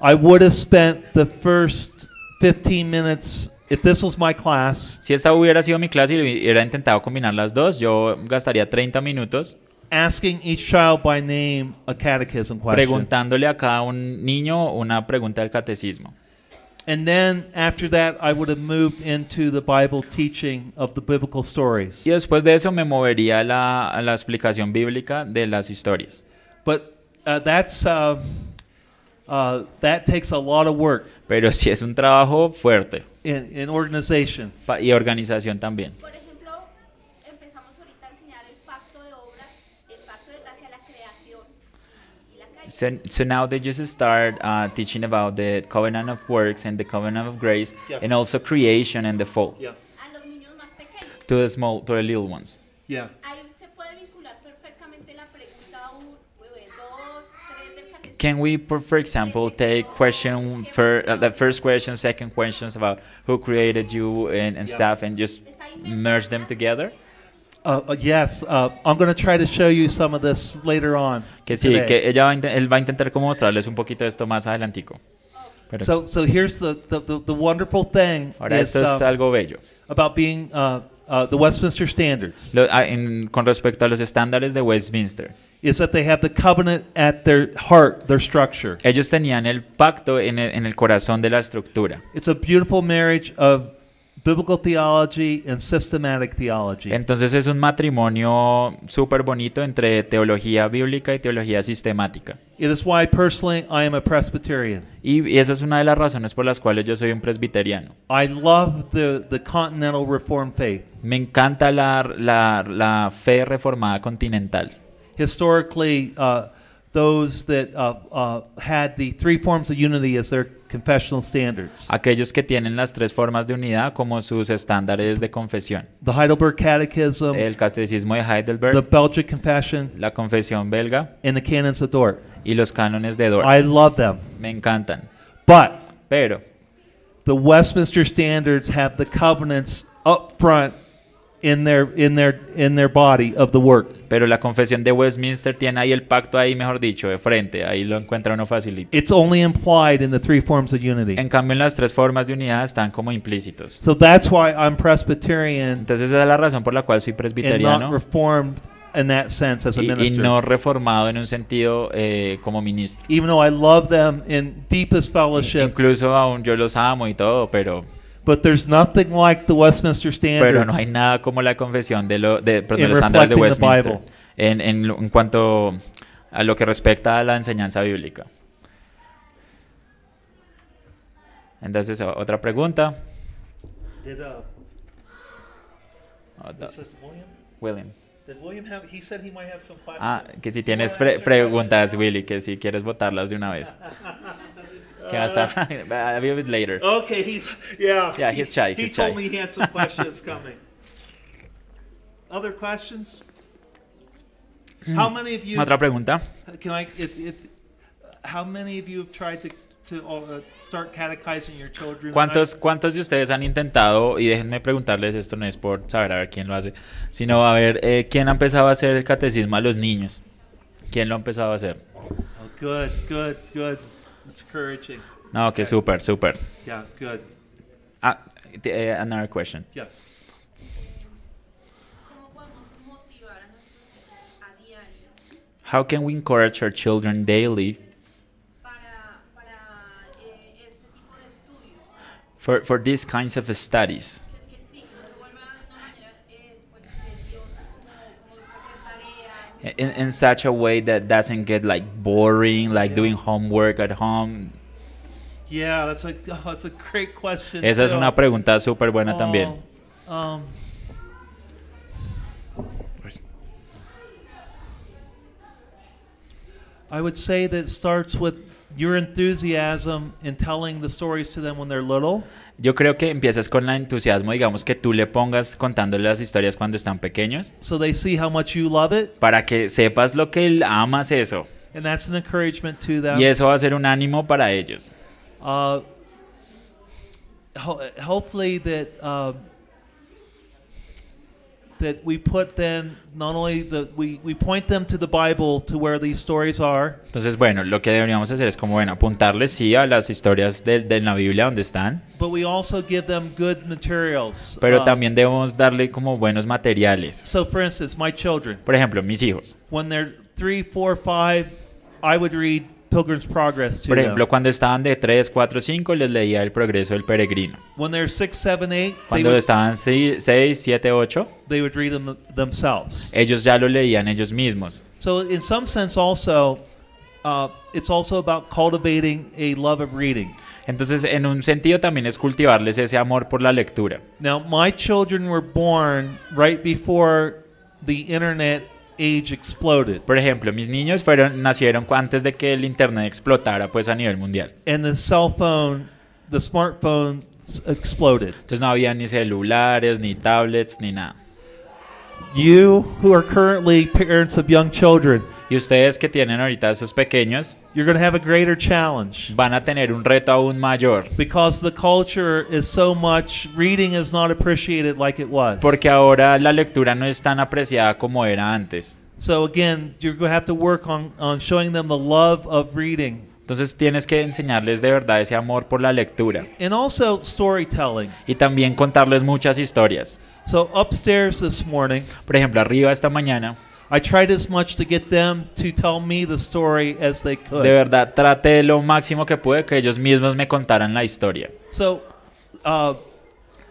S1: I would have spent the first 15 minutes, if this was my class,
S2: Si esta hubiera sido mi clase y hubiera intentado combinar las dos, yo gastaría 30 minutos
S1: asking each child by name a catechism question.
S2: preguntándole a cada un niño una pregunta del catecismo.
S1: And then after that, I would have moved into the Bible teaching of the biblical stories.
S2: Y después de eso me movería a la, a la explicación bíblica de las historias.
S1: But uh, that's uh, uh, that takes a lot of work
S2: Pero sí es un trabajo fuerte
S1: in, in organization.
S2: pa- y organización también.
S3: Por ejemplo, empezamos ahorita a enseñar el pacto de obra, el pacto de gracia, la creación y la caída.
S2: So, so now they just start uh, teaching about the covenant of works and the covenant of grace
S1: Yes.
S2: and also creation and the fall
S1: Yeah,
S3: A los niños más pequeños.
S2: to the small, to the little ones.
S1: yeah.
S3: Ahí se puede vincular perfectamente la pregunta 1, 2, 3 del catecismo.
S2: Can we, for, for example, take question fir- uh, the first question, second questions about who created you and, and
S1: Yeah.
S2: stuff and just merge them together?
S1: Uh, uh, yes, uh, I'm going to try to show you some of this later on.
S2: Que sí,
S1: today.
S2: que ella va a inte- él va a intentar como mostrarles un poquito de esto más adelantico. Pero
S1: So, so here's the, the, the, the wonderful thing
S2: ahora
S1: is,
S2: esto es
S1: uh,
S2: algo bello.
S1: about being uh, uh, the Westminster Standards
S2: Lo- ah, en- con respecto a los estándares de Westminster.
S1: is that they have the covenant at their heart, their structure.
S2: Ellos tenían el pacto en el, en el corazón de la estructura.
S1: It's a beautiful marriage of biblical theology and systematic theology.
S2: Entonces es un matrimonio súper bonito entre teología bíblica y teología sistemática.
S1: It is why personally I am a Presbyterian.
S2: Y, y esa es una de las razones por las cuales yo soy un presbiteriano.
S1: I love the, the continental reform faith.
S2: Me encanta la, la- la fe reformada continental.
S1: Historically, uh, those that uh, uh, had the three forms of unity as their confessional standards
S2: Aquellos que tienen las tres formas de unidad como sus estándares de confesión.
S1: the Heidelberg Catechism,
S2: El catecismo de Heidelberg,
S1: the Belgic Confession,
S2: la confesión belga
S1: and the Canons of Dort.
S2: y los cánones de Dort.
S1: I love them.
S2: Me encantan.
S1: But
S2: Pero
S1: the Westminster standards have the covenants up front in their in their in their body of the work.
S2: Pero la confesión de Westminster tiene ahí el pacto ahí, mejor dicho, de frente. Ahí lo encuentra uno facilito.
S1: It's only implied in the three forms of unity.
S2: En cambio, en las tres formas de unidad están como implícitos.
S1: So that's why I'm Presbyterian
S2: Entonces esa es la razón por la cual soy
S1: and not
S2: presbiteriano
S1: reformed in that sense as a
S2: y, y no
S1: minister.
S2: reformado en un sentido eh, como ministro.
S1: Even though I love them in deepest fellowship,
S2: Incluso aún yo los amo y todo, pero,
S1: but there's nothing like the Westminster
S2: pero no hay
S1: standards
S2: nada como la confesión de, lo, de, perdón, de
S1: In
S2: los estándares de
S1: reflecting the
S2: Westminster
S1: Bible.
S2: en, en lo- en cuanto a lo que respecta a la enseñanza bíblica. Entonces, o- otra pregunta.
S1: Did uh,
S2: Otra-
S1: this is William?
S2: Oh, William.
S1: Did William have? He said he might have some questions.
S2: Ah, que si tienes pre- preguntas, Willy, que si quieres votarlas de una vez. Que va a estar a little bit later.
S1: Okay, he's yeah.
S2: Yeah, he's shy,
S1: He
S2: he's
S1: told
S2: shy.
S1: me he had some questions coming. Other questions?
S2: Hmm.
S1: How many of you
S2: Otra pregunta.
S1: can I? If, if how many of you have tried to to uh, start catechizing your children?
S2: ¿Cuántos, ¿Cuántos de ustedes han intentado, y déjenme preguntarles, esto no es por saber a ver quién lo hace, sino a ver eh, quién ha empezado a hacer el catecismo a los niños? ¿Quién lo ha empezado a hacer?
S1: Oh, good, good, good. It's encouraging.
S2: No, que súper, súper.
S1: Yeah, good.
S2: Ah, t- eh, another question.
S1: Yes.
S3: ¿Cómo podemos motivar a nuestros hijos a diario
S2: How can we encourage our children daily
S3: para, para eh, este tipo de estudios?
S2: for, for these kinds of studies?
S3: Que sí, no se vuelva de una manera eh, pues, tediosa, como, como hacer tareas.
S2: in, in such a way that doesn't get like boring, like doing homework at home.
S1: Yeah, that's a oh, that's a great question.
S2: Esa es
S1: too.
S2: una pregunta súper buena también.
S1: Oh, um, I would say that it starts with your enthusiasm in telling the stories to them when they're little.
S2: Yo creo que empiezas con el entusiasmo, digamos, que tú le pongas contándole las historias cuando están pequeños,
S1: So they see how much you love it,
S2: para que sepas lo que él amas eso.
S1: and that's an encouragement to them.
S2: Y eso va a ser un ánimo para ellos.
S1: Uh, ho- hopefully that um, that we put them not only the we, we point them to the Bible to where these stories are,
S2: Entonces, bueno, lo que deberíamos hacer es como, bueno, apuntarles, sí, a las historias de, de la Biblia donde están,
S1: but we also give them good materials.
S2: pero
S1: Uh,
S2: también debemos darle como buenos materiales.
S1: so, for instance, my children,
S2: Por ejemplo, mis hijos.
S1: when they're three, four, five, I would read Pilgrim's Progress to
S2: Por ejemplo,
S1: them.
S2: cuando estaban de 3, 4, 5, les leía El Progreso del Peregrino.
S1: When they're six, seven, eight, they
S2: Cuando
S1: would,
S2: estaban 6, 7, 8,
S1: they would read them themselves.
S2: ellos ya lo leían ellos mismos.
S1: So, in some sense, also, uh, it's also about cultivating a love of reading.
S2: Entonces, en un sentido también es cultivarles ese amor por la lectura.
S1: Now, my children were born right before the internet age exploded,
S2: Por ejemplo, mis niños fueron, nacieron cu- antes de que el Internet explotara pues a nivel mundial.
S1: and the cell phone, the smartphone exploded.
S2: Entonces no había ni celulares, ni tablets, ni nada.
S1: You who are currently parents of young children,
S2: Y ustedes que tienen ahorita esos pequeños
S1: you're going to have a greater challenge
S2: van a tener un reto aún mayor.
S1: because the culture is so much, reading is not appreciated like it was.
S2: Porque ahora la lectura no es tan apreciada como era antes.
S1: So, again, you're going to have to work on, on showing them the love of reading.
S2: Entonces tienes que enseñarles de verdad ese amor por la lectura.
S1: and also storytelling.
S2: Y también contarles muchas historias.
S1: So upstairs this morning,
S2: Por ejemplo, arriba esta mañana,
S1: I tried as much to get them to tell me the story as they could.
S2: de verdad traté lo máximo que pude que ellos mismos me contaran la historia.
S1: So, uh,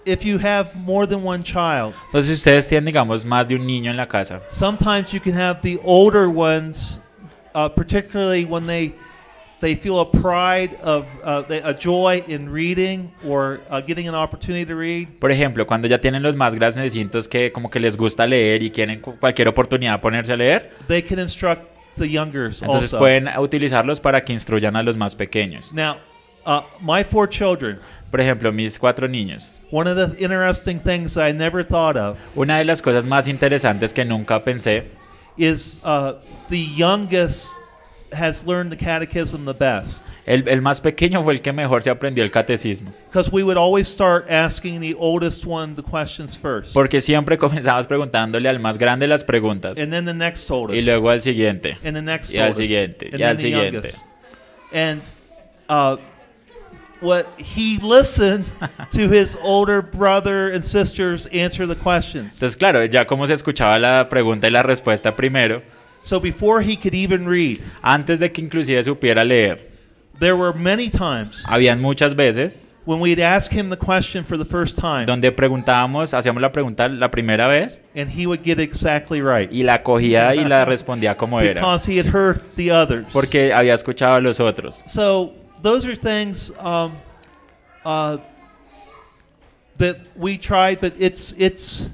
S1: if you have more than one child,
S2: Entonces si ustedes tienen, digamos, más de un niño en la casa.
S1: sometimes you can have the older ones, uh, particularly when they they feel a pride of uh, they, a joy in reading or uh, getting an opportunity to read.
S2: Por ejemplo, cuando ya tienen los más grandecitos que como que les gusta leer y quieren cu- cualquier oportunidad de ponerse a leer,
S1: They can instruct the youngers
S2: entonces
S1: also.
S2: pueden utilizarlos para que instruyan a los más pequeños.
S1: Now, uh, my four children.
S2: Por ejemplo, mis cuatro niños.
S1: One of the interesting things I never thought of
S2: Una de las cosas más interesantes que nunca pensé
S1: is uh, the youngest has learned the catechism the best.
S2: El, el más pequeño fue el que mejor se aprendió el catecismo,
S1: Because we would always start asking the oldest one the questions first,
S2: porque siempre comenzabas preguntándole al más grande las preguntas
S1: and then the next
S2: y
S1: oldest,
S2: luego al siguiente.
S1: and the next
S2: y al
S1: oldest,
S2: siguiente,
S1: and
S2: y al
S1: then the
S2: siguiente.
S1: youngest. And uh, what he listened to his older brother and sisters answer the questions.
S2: Entonces, claro, ya como se escuchaba la pregunta y la respuesta primero,
S1: So before he could even read,
S2: antes de que inclusive supiera leer,
S1: there were many times
S2: habían muchas veces
S1: when we'd ask him the question for the first time.
S2: donde preguntábamos, hacíamos la pregunta la primera vez
S1: and he would get exactly right
S2: y la cogía y la respondía como era,
S1: because he had heard the others.
S2: porque había escuchado a los otros.
S1: so those are things um, uh, that we tried, but it's it's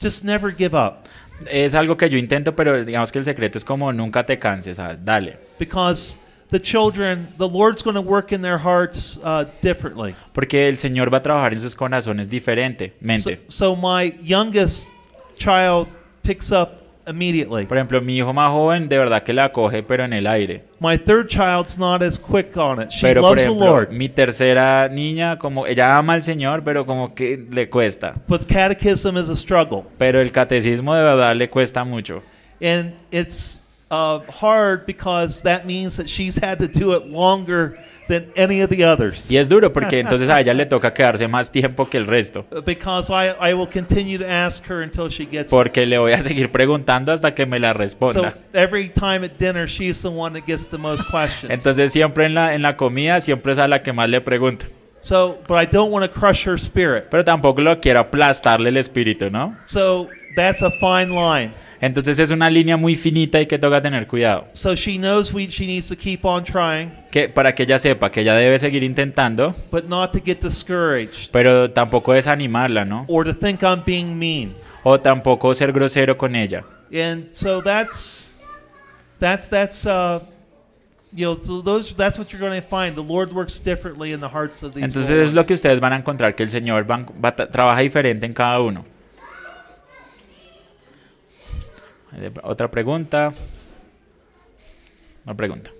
S1: just never give up
S2: Es algo que yo intento, pero digamos que el secreto es como nunca te canses, ¿sabes? dale.
S1: because the children, the Lord's going to work in their hearts uh, differently.
S2: Porque el Señor va a trabajar en sus corazones
S1: So,
S2: diferentemente.
S1: so my youngest child picks up immediately.
S2: Por ejemplo, mi hijo más joven de verdad que la coge, pero en el aire.
S1: My third child's not as quick on it. She
S2: Pero por
S1: loves the
S2: ejemplo,
S1: Lord,
S2: mi tercera niña, como ella ama al Señor, pero como que le cuesta.
S1: but catechism is a struggle.
S2: Pero el catecismo de verdad le cuesta mucho.
S1: And it's uh, hard because that means that she's had to do it longer than any of the others.
S2: Y es duro porque entonces a ella le toca quedarse más tiempo que el resto.
S1: Because I, I will continue to ask her until she gets it.
S2: Porque le voy a seguir preguntando hasta que me la
S1: So
S2: responda.
S1: every time at dinner, she's the one that gets the most questions.
S2: Entonces siempre en la, en la comida, siempre es a la que más le pregunto.
S1: so, but I don't want to crush her spirit.
S2: Pero tampoco lo quiero aplastarle el espíritu, ¿no?
S1: So that's a fine line.
S2: Entonces es una línea muy finita y que toca tener cuidado.
S1: So she knows we, she needs to keep on trying,
S2: Que, para que ella sepa que ella debe seguir intentando,
S1: but not to get discouraged
S2: pero tampoco desanimarla, ¿no?
S1: or to think I'm being mean.
S2: O tampoco ser grosero con ella.
S1: And so that's that's that's uh, you know, so those that's what you're going to find. The Lord works differently in the hearts of these.
S2: Entonces
S1: little
S2: es lo
S1: ones.
S2: que ustedes van a encontrar, que el Señor van- va a tra- trabaja diferente en cada uno. Eh, Otra pregunta. Una pregunta.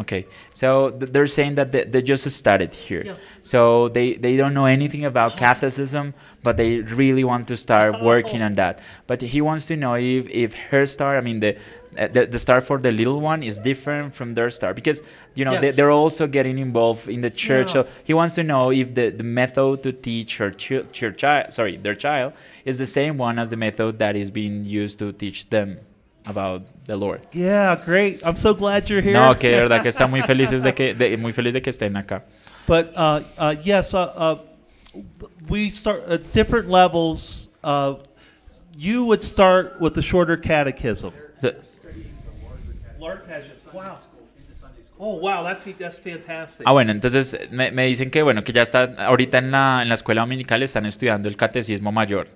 S2: Okay, so th- they're saying that they, they just started here.
S1: Yeah.
S2: So they, they don't know anything about Catholicism, but they really want to start
S1: Oh.
S2: working on that. But he wants to know if, if her star, I mean, the, uh, the, the star for the little one is different from their star because, you know,
S1: Yes.
S2: they, they're also getting involved in the church.
S1: Yeah.
S2: So he wants to know if the, the method to teach her, chi- her child, sorry, their child is the same one as the method that is being used to teach them about the Lord.
S1: Yeah, great. I'm so glad you're here.
S2: No, que de verdad que están muy felices de que de- muy feliz de que estén acá.
S1: But uh, uh, yes, uh, uh, we start at different levels. Uh, you would start with the shorter catechism.
S2: So-
S1: Large catechism. Wow. Oh, wow. That's that's fantastic.
S2: ah, bueno, entonces me, me dicen que bueno que ya están ahorita en la en la escuela dominical están estudiando el catecismo mayor.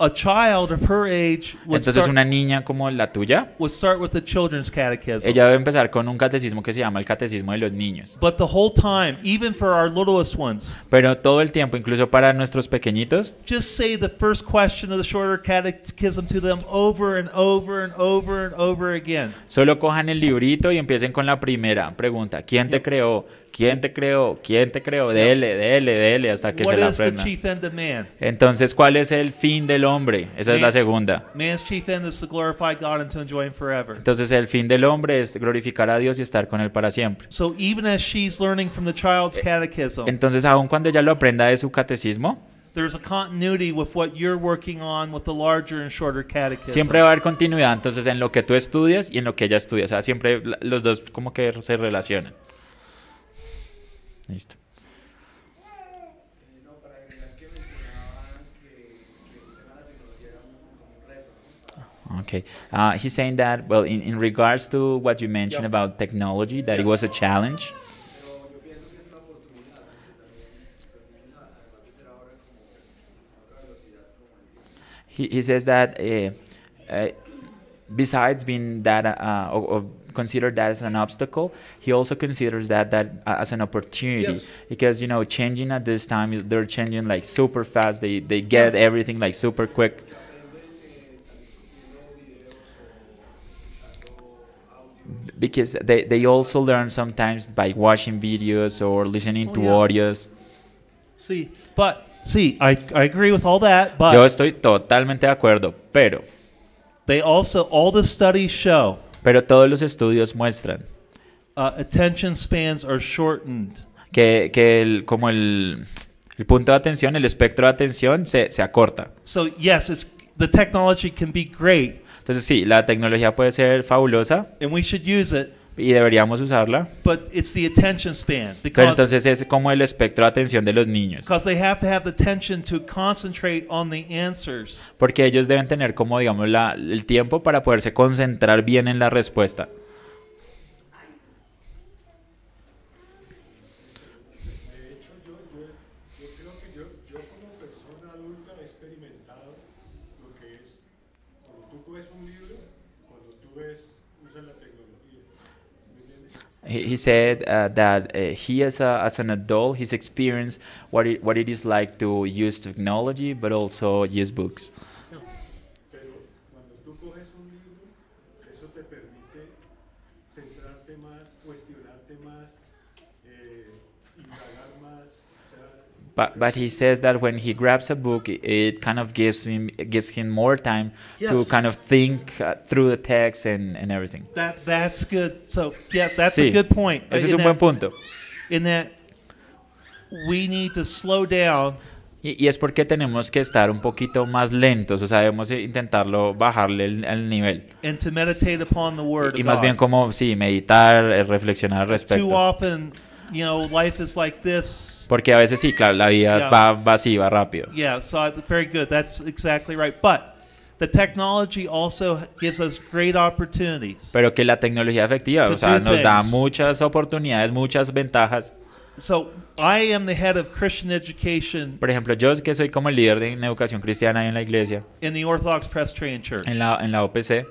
S1: A child of her age would
S2: Entonces
S1: start,
S2: una niña como la tuya,
S1: would start with the children's catechism.
S2: ella debe empezar con un catecismo que se llama el catecismo de los niños.
S1: But the whole time, even for our littlest ones,
S2: Pero todo el tiempo, incluso para nuestros pequeñitos,
S1: just say the first question of the shorter catechism to them over and over and over and over again.
S2: solo cojan el librito y empiecen con la primera pregunta. ¿Quién te creó? ¿Quién te creó? ¿Quién te creó? Dele, dele, dele hasta que
S1: What
S2: se la
S1: is the
S2: aprendan.
S1: chief end of man?
S2: Entonces, ¿cuál es el fin del hombre? Esa es
S1: Man.
S2: la segunda.
S1: Man's chief end is to glorify God and to enjoy Him forever.
S2: Entonces el fin del hombre es glorificar a Dios y estar con Él para siempre.
S1: So even as she's learning from the child's catechism,
S2: Entonces aun cuando ella lo aprenda de su catecismo,
S1: there's a continuity with what you're working on with the larger and shorter catechism.
S2: siempre va a haber continuidad entonces en lo que tú estudias y en lo que ella estudia. O sea, siempre la- los dos como que se relacionan. Listo.
S4: No, para agregar que mencionaban que, que el tema de la tecnología era un, como un reto, ¿no?
S2: Okay. Uh, he's saying that, well, in, in regards to what you mentioned about technology, that it was a challenge.
S4: Pero yo pienso que es una oportunidad, porque también, también a- además de ser ahora como a otra velocidad, como el tiempo.
S2: he, he says that uh, uh, besides being that uh, or, or considered that as an obstacle, he also considers that that a- as an opportunity
S1: Yes.
S2: because you know changing at this time is- they're changing like super fast. They they get everything like super quick. Because they, they also learn sometimes by watching videos or listening
S1: Oh,
S2: to
S1: yeah.
S2: audios.
S1: See, but see, I, I agree with all that, but
S2: Yo estoy totalmente de acuerdo, pero
S1: they also all the studies show
S2: pero todos los estudios muestran
S1: uh, attention spans are shortened.
S2: que, que el, como el, el punto de atención, el espectro de atención se, se acorta.
S1: So yes, it's the technology can be great,
S2: Entonces sí, la tecnología puede ser fabulosa
S1: and we should use it,
S2: y deberíamos usarla,
S1: but it's the attention span
S2: pero
S1: because
S2: entonces es como el espectro de atención de los niños,
S1: because they have to have the tension to concentrate on the answers.
S2: porque ellos deben tener como, digamos, la, el tiempo para poderse concentrar bien en la respuesta.
S5: De hecho, yo, yo, yo creo que yo, yo como persona adulta he experimentado lo que es, cuando tú ves un libro, cuando tú ves, usas la tecnología. ¿sí me entiendes?
S2: He, he said uh, that uh, he, as, a, as an adult, he's experienced what it, what it is like to use technology, but also use books.
S5: Pero cuando tú coges un libro, eso te permite centrarte más, cuestionarte más, eh, indagar más, o sea,
S2: But, but he says that when he grabs a book, i- it kind of gives him gives him more time to
S1: Yes.
S2: kind of think uh, through the text and, and everything.
S1: That that's good. So yeah, that's a
S2: Sí.
S1: good point.
S2: Ese es
S1: in,
S2: un buen
S1: that,
S2: punto.
S1: in that we need to slow down
S2: Y, y es porque tenemos que estar un poquito más lentos, o sea, debemos intentarlo bajarle el, el nivel.
S1: and to meditate upon the word
S2: Y
S1: of
S2: más bien
S1: God.
S2: como, sí, meditar, eh, reflexionar al
S1: Too
S2: respecto.
S1: often, you know, life is like this.
S2: Porque a veces sí, claro, la vida
S1: Yeah.
S2: va, va así, va rápido.
S1: Yeah, so I- very good. That's exactly right. But the technology also gives us great opportunities.
S2: Pero que la tecnología efectiva,
S1: To
S2: o sea,
S1: do
S2: nos da
S1: things.
S2: muchas oportunidades, muchas ventajas.
S1: So I am the head of Christian education
S2: Por ejemplo, yo que soy como el líder de en educación cristiana en la iglesia,
S1: in the Orthodox Presbyterian Church.
S2: en la, en la OPC,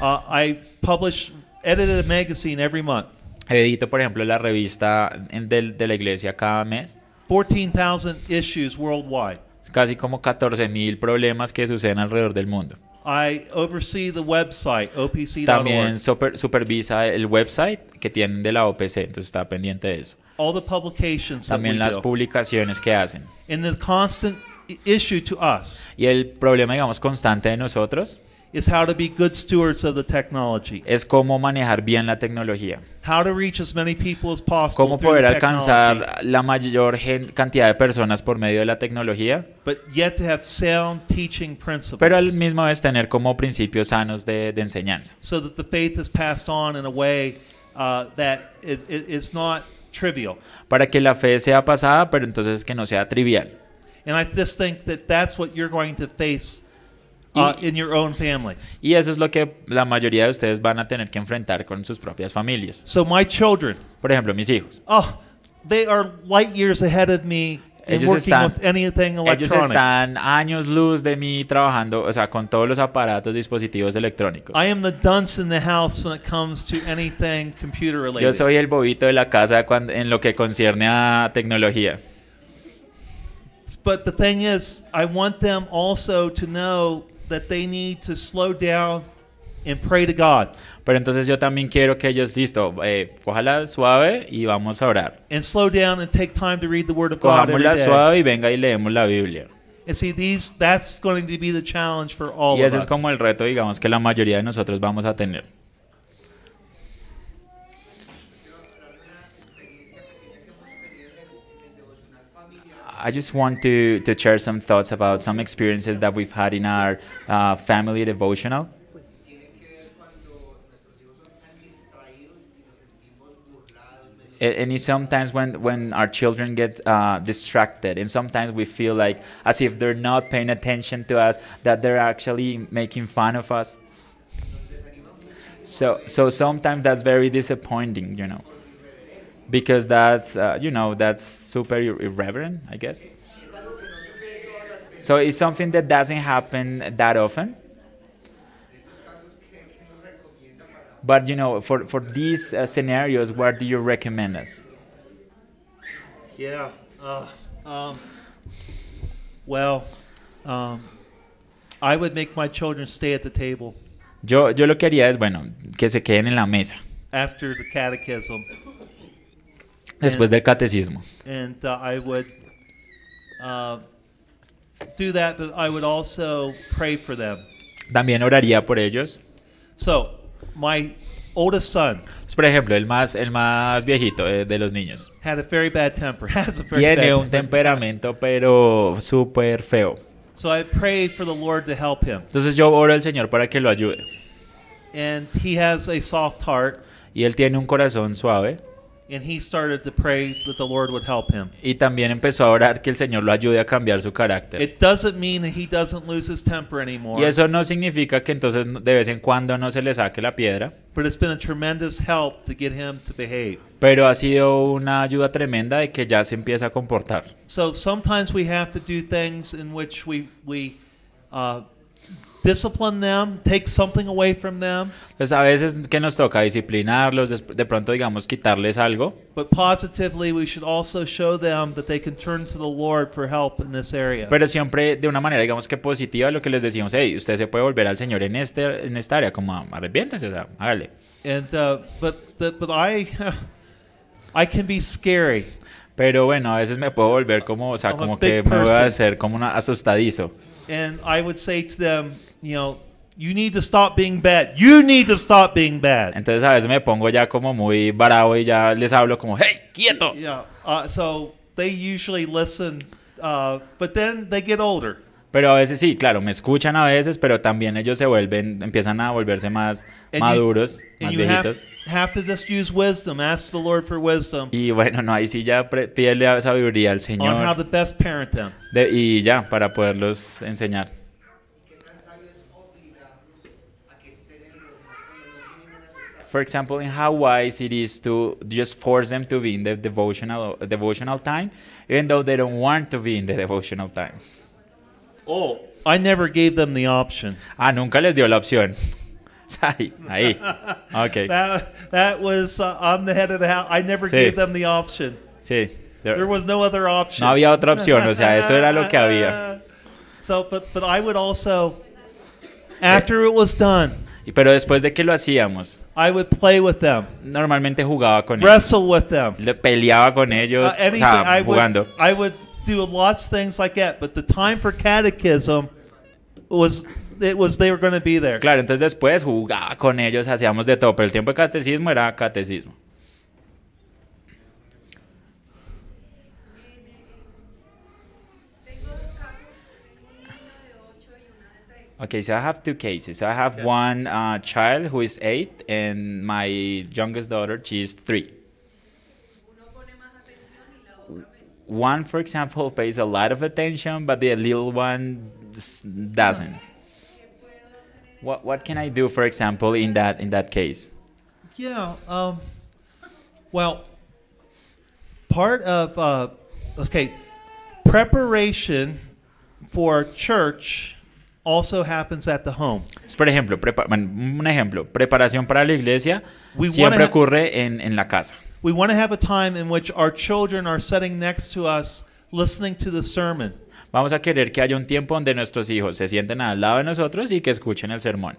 S1: Uh, I publish edited a magazine every month.
S2: edito, por ejemplo, la revista en- del- de la iglesia cada mes.
S1: 14,000 issues worldwide.
S2: Es casi como 14.000 problemas que suceden alrededor del mundo.
S1: I oversee the website
S2: También
S1: opc.org.
S2: super- supervisa el website que tienen de la OPC, entonces está pendiente de eso.
S1: All the publications that
S2: También
S1: we
S2: las
S1: do.
S2: publicaciones que hacen.
S1: And the constant i- issue to us
S2: Y el problema, digamos, constante de nosotros
S1: is how to be good stewards of the technology.
S2: es cómo manejar bien la tecnología.
S1: How to reach as many people as possible
S2: Cómo
S1: through
S2: poder
S1: the technology,
S2: alcanzar la mayor gen- cantidad de personas por medio de la tecnología,
S1: but yet to have sound teaching principles
S2: pero al mismo vez tener como principios sanos de, de enseñanza.
S1: so that the faith is passed on in a way uh, that is, i- is not trivial.
S2: Para que la fe sea pasada, pero entonces que no sea trivial.
S1: And I just think that that's what you're going to face uh, in your own families.
S2: Y eso es lo que la mayoría de ustedes van a tener que enfrentar con sus propias familias.
S1: So my children,
S2: Por ejemplo, mis hijos.
S1: oh, they are light years ahead of me in
S2: Ellos
S1: working
S2: están-
S1: with anything
S2: Ellos
S1: electronic.
S2: están años luz de mí trabajando, o sea, con todos los aparatos, dispositivos electrónicos.
S1: I am the dunce in the house when it comes to anything computer related.
S2: Yo soy el bobito de la casa cuan- en lo que concierne a tecnología.
S1: But the thing is, I want them also to know that they need to slow down and pray to God.
S2: Pero entonces yo también quiero que ellos, listo, eh, cójala suave y vamos a orar.
S1: And slow down and take time to read the Word of God every
S2: Cojámosla
S1: day.
S2: suave y venga y leemos la Biblia.
S1: And see, these that's going to be the challenge for all
S2: Y
S1: of
S2: ese
S1: us.
S2: es como el reto, digamos, que la mayoría de nosotros vamos a tener. I just want to, to share some thoughts about some experiences that we've had in our uh, family devotional.
S4: Tiene que ver cuando nuestros hijos son tan distraídos y nos sentimos burlados.
S2: A- And it's sometimes when, when our children get uh, distracted, and sometimes we feel like as if they're not paying attention to us, that they're actually making fun of us. So, so sometimes that's very disappointing, you know, because that's, uh, you know, that's super ir- irreverent, I guess. So it's something that doesn't happen that often. But you know, for, for these uh, scenarios, what do you recommend us?
S1: Yeah. Uh, um, well, um, I would make my children stay at the table
S2: Yo, yo lo que haría es, bueno, que se queden en la mesa
S1: after the catechism,
S2: después del catecismo.
S1: and uh, I would uh, do that. But I would also pray for them.
S2: También oraría por ellos.
S1: So, my oldest son
S2: Entonces, Pues, por ejemplo, el más, el más viejito eh, de, los niños.
S1: had a very bad temper. Has a very
S2: Tiene
S1: bad
S2: un temperamento, pero súper feo.
S1: So I prayed for the Lord to help him,
S2: Entonces yo oro al Señor para que lo ayude.
S1: and he has a soft heart.
S2: Y él tiene un corazón suave.
S1: And he started to pray that the Lord would help him.
S2: Y también empezó a orar que el Señor lo ayude a cambiar su carácter.
S1: It doesn't mean that he doesn't lose his temper anymore.
S2: Y eso no significa que entonces de vez en cuando no se le saque la piedra.
S1: But it's been a tremendous help to get him to behave.
S2: Pero ha sido una ayuda tremenda de que ya se empieza a comportar.
S1: So sometimes we have to do things in which we we uh, discipline them, take something away from them,
S2: Entonces Pues a veces que nos toca disciplinarlos, des- de pronto digamos quitarles algo,
S1: but positively we should also show them that they can turn to the Lord for help in this area.
S2: pero siempre de una manera digamos que positiva lo que les decimos, hey, usted se puede volver al Señor en, este, en esta área, como arrepiéntase, o sea, hágale.
S1: and uh, but the, but I I can be scary.
S2: Pero bueno, a veces me puedo volver como, o sea,
S1: I'm a
S2: como
S1: big
S2: que me voy a
S1: person.
S2: hacer como una asustadizo.
S1: And I would say to them, you know, you need to stop being bad. You need to stop being bad.
S2: Entonces a veces me pongo ya como muy bravo y ya les hablo como, hey, quieto.
S1: Yeah. Uh, so they usually listen, uh, but then they get older.
S2: Pero a veces sí, claro, me escuchan a veces, pero también ellos se vuelven, empiezan a volverse más
S1: And you-
S2: maduros,
S1: And
S2: más
S1: you
S2: viejitos.
S1: have, have to just use wisdom. Ask the Lord for wisdom
S2: Y bueno, no, ahí sí ya pre- pídele a- sabiduría al
S1: on how
S2: Señor
S1: to best parent them.
S2: de- y ya, para poderlos enseñar.
S4: ¿Qué tan sabio es
S2: for example, in how wise it is to just force them to be in the devotional devotional time, even though they don't want to be in the devotional time.
S1: Oh, I never gave them the option.
S2: Ah, nunca les dio la opción. Ahí, ahí. Okay.
S1: That that was uh, I'm the head of the house. I never
S2: Sí.
S1: gave them the option.
S2: Sí.
S1: There was no other option.
S2: No había otra opción, o sea, eso era lo que había.
S1: So, but but I would also after it was done,
S2: Y- Pero después de que lo hacíamos,
S1: I would play with them,
S2: normalmente jugaba con ellos,
S1: wrestle with them.
S2: le peleaba con
S1: Uh,
S2: ellos, o
S1: anything
S2: sea,
S1: I would
S2: jugando.
S1: I would do lots of things like that, but the time for catechism was it was they were going to be there.
S2: Claro, entonces después jugaba con ellos, hacíamos de todo, pero el tiempo de catecismo era catecismo.
S6: Tengo dos casos, tengo un niño de 8 y una de 3.
S2: Okay, so I have two cases. I have one uh, child who is eight, and my youngest daughter, she is three.
S6: Uno pone más atención y la otra menos.
S2: One, for example, pays a lot of attention, but the little one s- doesn't.
S6: ¿Qué puedo hacer en
S2: What what can I do, for example, in that in that case?
S1: Yeah. Um, well, part of uh, okay preparation for church also happens at the home.
S2: Entonces, Pues, por ejemplo, prepa- bueno, un ejemplo, preparación para la iglesia
S1: We
S2: siempre
S1: wanna-
S2: ocurre en, en la casa.
S1: We want to have a time in which our children are sitting next to us, listening to the sermon.
S2: Vamos a querer que haya un tiempo donde nuestros hijos se sienten al lado de nosotros y que escuchen el sermón.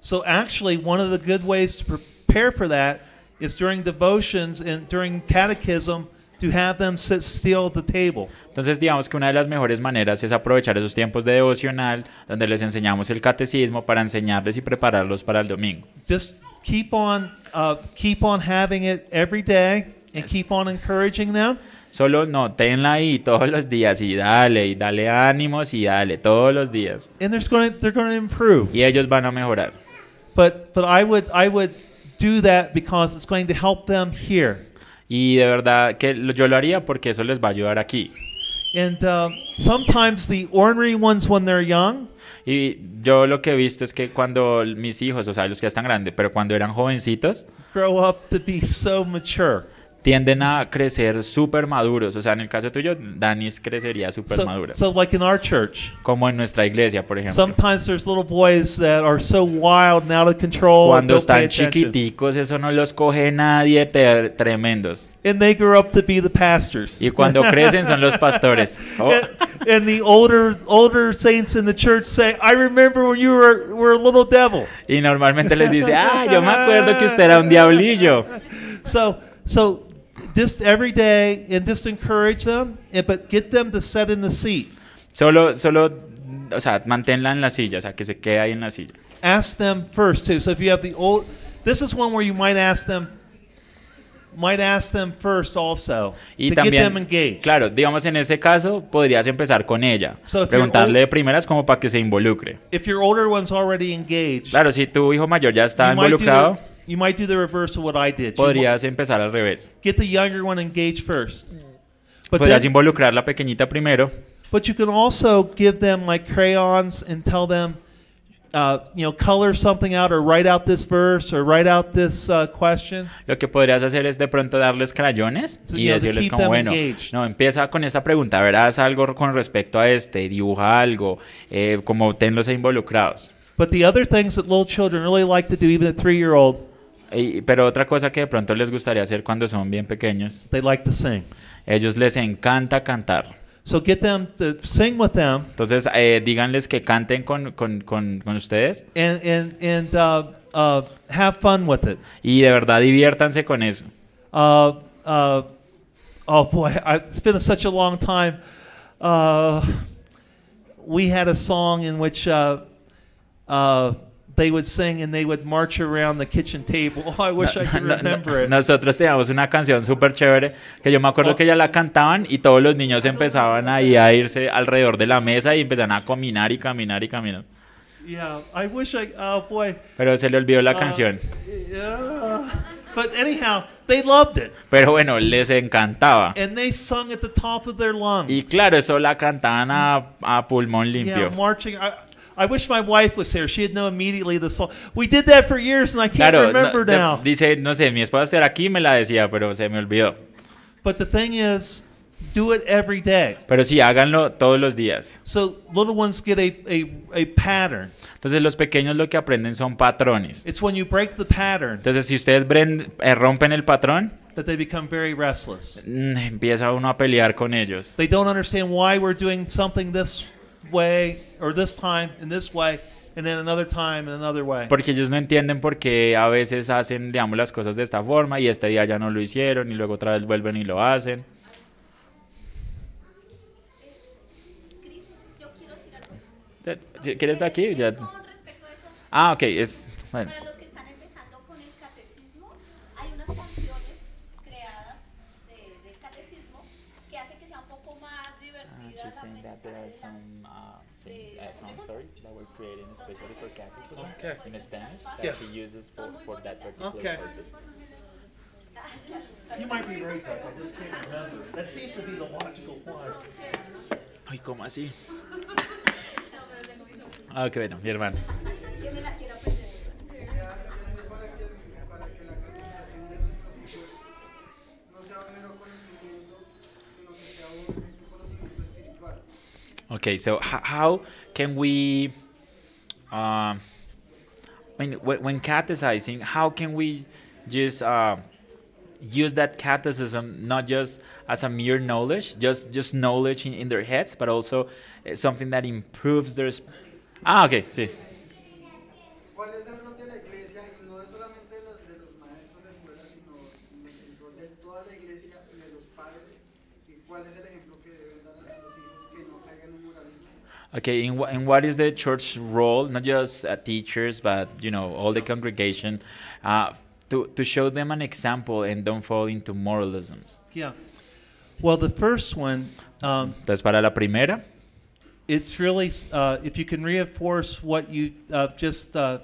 S1: So actually, one of the good ways to prepare for that is during devotions and during catechism to have them sit still at the table.
S2: Entonces, digamos que una de las mejores maneras es aprovechar esos tiempos de devocional donde les enseñamos el catecismo para enseñarles y prepararlos para el domingo.
S1: just keep on uh, keep on having it every day and keep on encouraging them
S2: Solo no, tenla ahí todos los días y dale, y dale ánimos y dale todos los días.
S1: and there's going to, they're going to improve
S2: Y ellos van a mejorar.
S1: but but i would i would do that because it's going to help them here
S2: Y de verdad que lo- yo lo haría porque eso les va a ayudar aquí.
S1: and um, sometimes the ornery ones when they're young
S2: Y yo lo que he visto es que cuando mis hijos, o sea, los que ya están grandes, pero cuando eran jovencitos,
S1: grow up to be so mature
S2: tienden a crecer súper maduros. O sea, en el caso tuyo, Danis crecería súper
S1: so,
S2: madura.
S1: so like in our church
S2: como en nuestra iglesia, por ejemplo.
S1: sometimes there's little boys that are so wild and out of control and,
S2: Cuando
S1: don't pay
S2: están
S1: attention,
S2: chiquiticos, eso no los coge nadie, te- tremendos.
S1: and they grow up to be the pastors
S2: Y cuando crecen son los pastores. Oh.
S1: and, and the older older saints in the church say, "I remember when you were were a little devil."
S2: Y normalmente les dice, ah, yo me acuerdo que usted era un diablillo.
S1: So so just every day and just encourage them, and, but get them to sit in the seat.
S2: Solo, solo, o sea, manténla en la silla, o sea, que se quede ahí en la silla.
S1: Ask them first too. So if you have the old, this is one where you might ask them. Might ask them first also
S2: Y
S1: to get them
S2: también,
S1: engaged.
S2: claro, digamos en ese caso, podrías empezar con ella.
S1: So if you're
S2: Preguntarle de
S1: old-
S2: primeras como para que se involucre.
S1: If your older one's already engaged,
S2: Claro, si tu hijo mayor ya está
S1: you, might do
S2: involucrado,
S1: the, you might do the reverse of what I did. You
S2: podrías empezar al revés.
S1: get the younger one engaged first. But
S2: Podrías
S1: then,
S2: involucrar la pequeñita primero
S1: But you can also give them like crayons and tell them, uh, you know, color something out or write out this verse or write out this uh, question.
S2: Lo que podrías hacer es de pronto darles crayones
S1: So,
S2: y
S1: yeah, to
S2: decirles
S1: keep
S2: como,
S1: them
S2: bueno,
S1: engaged.
S2: no, empieza con esta pregunta, verás algo con respecto a este, dibuja algo, eh, como tenlos involucrados.
S1: But the other things that little children really like to do, even a three year old,
S2: Y- pero otra cosa que de pronto les gustaría hacer cuando son bien pequeños,
S1: they like to sing.
S2: ellos les encanta cantar.
S1: So get them to sing with them
S2: Entonces, eh, díganles que canten con, con- con- con ustedes
S1: and, and, and uh, uh, have fun with it.
S2: y de verdad diviértanse con eso.
S1: Uh, uh, oh boy, I, it's been such a long time. Uh, we had a song in which uh, uh, they would sing and they would march around the kitchen table. I wish I could
S2: No- no-
S1: remember it.
S2: Nosotros teníamos una canción súper chévere que yo me acuerdo
S1: Oh.
S2: que ya la cantaban y todos los niños empezaban ahí a irse alrededor de la mesa y empezaban a caminar y caminar y caminar.
S1: Yeah, I wish I. Oh boy.
S2: Pero se le olvidó la
S1: Uh,
S2: canción.
S1: yeah. But anyhow, they loved it
S2: Pero bueno, les encantaba.
S1: and they sung at the top of their lungs.
S2: Y claro, eso la cantaban a, a pulmón
S1: Yeah,
S2: limpio.
S1: marching. I, I wish my wife was here. She'd know immediately the song. We did that for years, and I can't
S2: Claro, no-
S1: remember
S2: de-
S1: now.
S2: dice, no sé, mi esposa estará aquí, me la decía, pero se me olvidó.
S1: but the thing is, do it every day.
S2: Pero sí, háganlo todos los días.
S1: So little ones get a, a, a pattern.
S2: Entonces los pequeños lo que aprenden son patrones.
S1: It's when you break the pattern
S2: Entonces si ustedes bren- eh, rompen el patrón,
S1: that they become very restless.
S2: mm, empieza uno a pelear con ellos.
S1: They don't understand why we're doing something this way or this time in this way and then another time in another way.
S2: Porque ellos no entienden por qué a veces hacen, digamos, las cosas de esta forma y este día ya no lo hicieron y luego otra vez vuelven y lo hacen. Eh.
S3: Eh, Cris, yo quiero decir algo.
S2: Te- si Eh, ¿Quieres aquí?
S3: Es
S2: Ya.
S3: con respecto a eso,
S2: Ah, ok, es... Bueno.
S3: Para los que están empezando con el catecismo, hay unas canciones creadas de- del catecismo que hacen que sea un poco más divertida
S2: Ah,
S3: la mensaje de las- sing- uh, songs, sorry, Okay. in Spanish that
S1: Yes.
S2: he uses
S3: for- for that particular
S1: Okay.
S2: purpose.
S1: You might be right, Doug. I just can't remember. That seems to be the logical one.
S2: Ay, ¿cómo así? Ah, qué bueno, mi hermano.
S3: que me las quiero aprender.
S4: para que, para que la capacitación de nuestros hijos no sea un mero conocimiento, sino que sea un, un conocimiento espiritual.
S2: Okay, so h- how can we, um, I mean, when, when catechizing, how can we just uh, use that catechism not just as a mere knowledge, just just knowledge in, in their heads, but also uh, something that improves their. Sp- ah, okay, sí.
S4: ¿Cuál es el rol de la iglesia? Y no es solamente de los, de los maestros de escuela, sino el rol de toda la iglesia y de los padres. ¿Y cuál es el ejemplo que deben dar a los hijos que no caigan en un moralismo?
S2: Okay, in wha- and what is the church role, not just uh, teachers, but you know all the congregation, uh, to to show them an example and don't fall into moralisms.
S1: Yeah. Well, the first one, um,
S2: Entonces para la primera.
S1: it's really uh, if you can reinforce what you uh, just uh,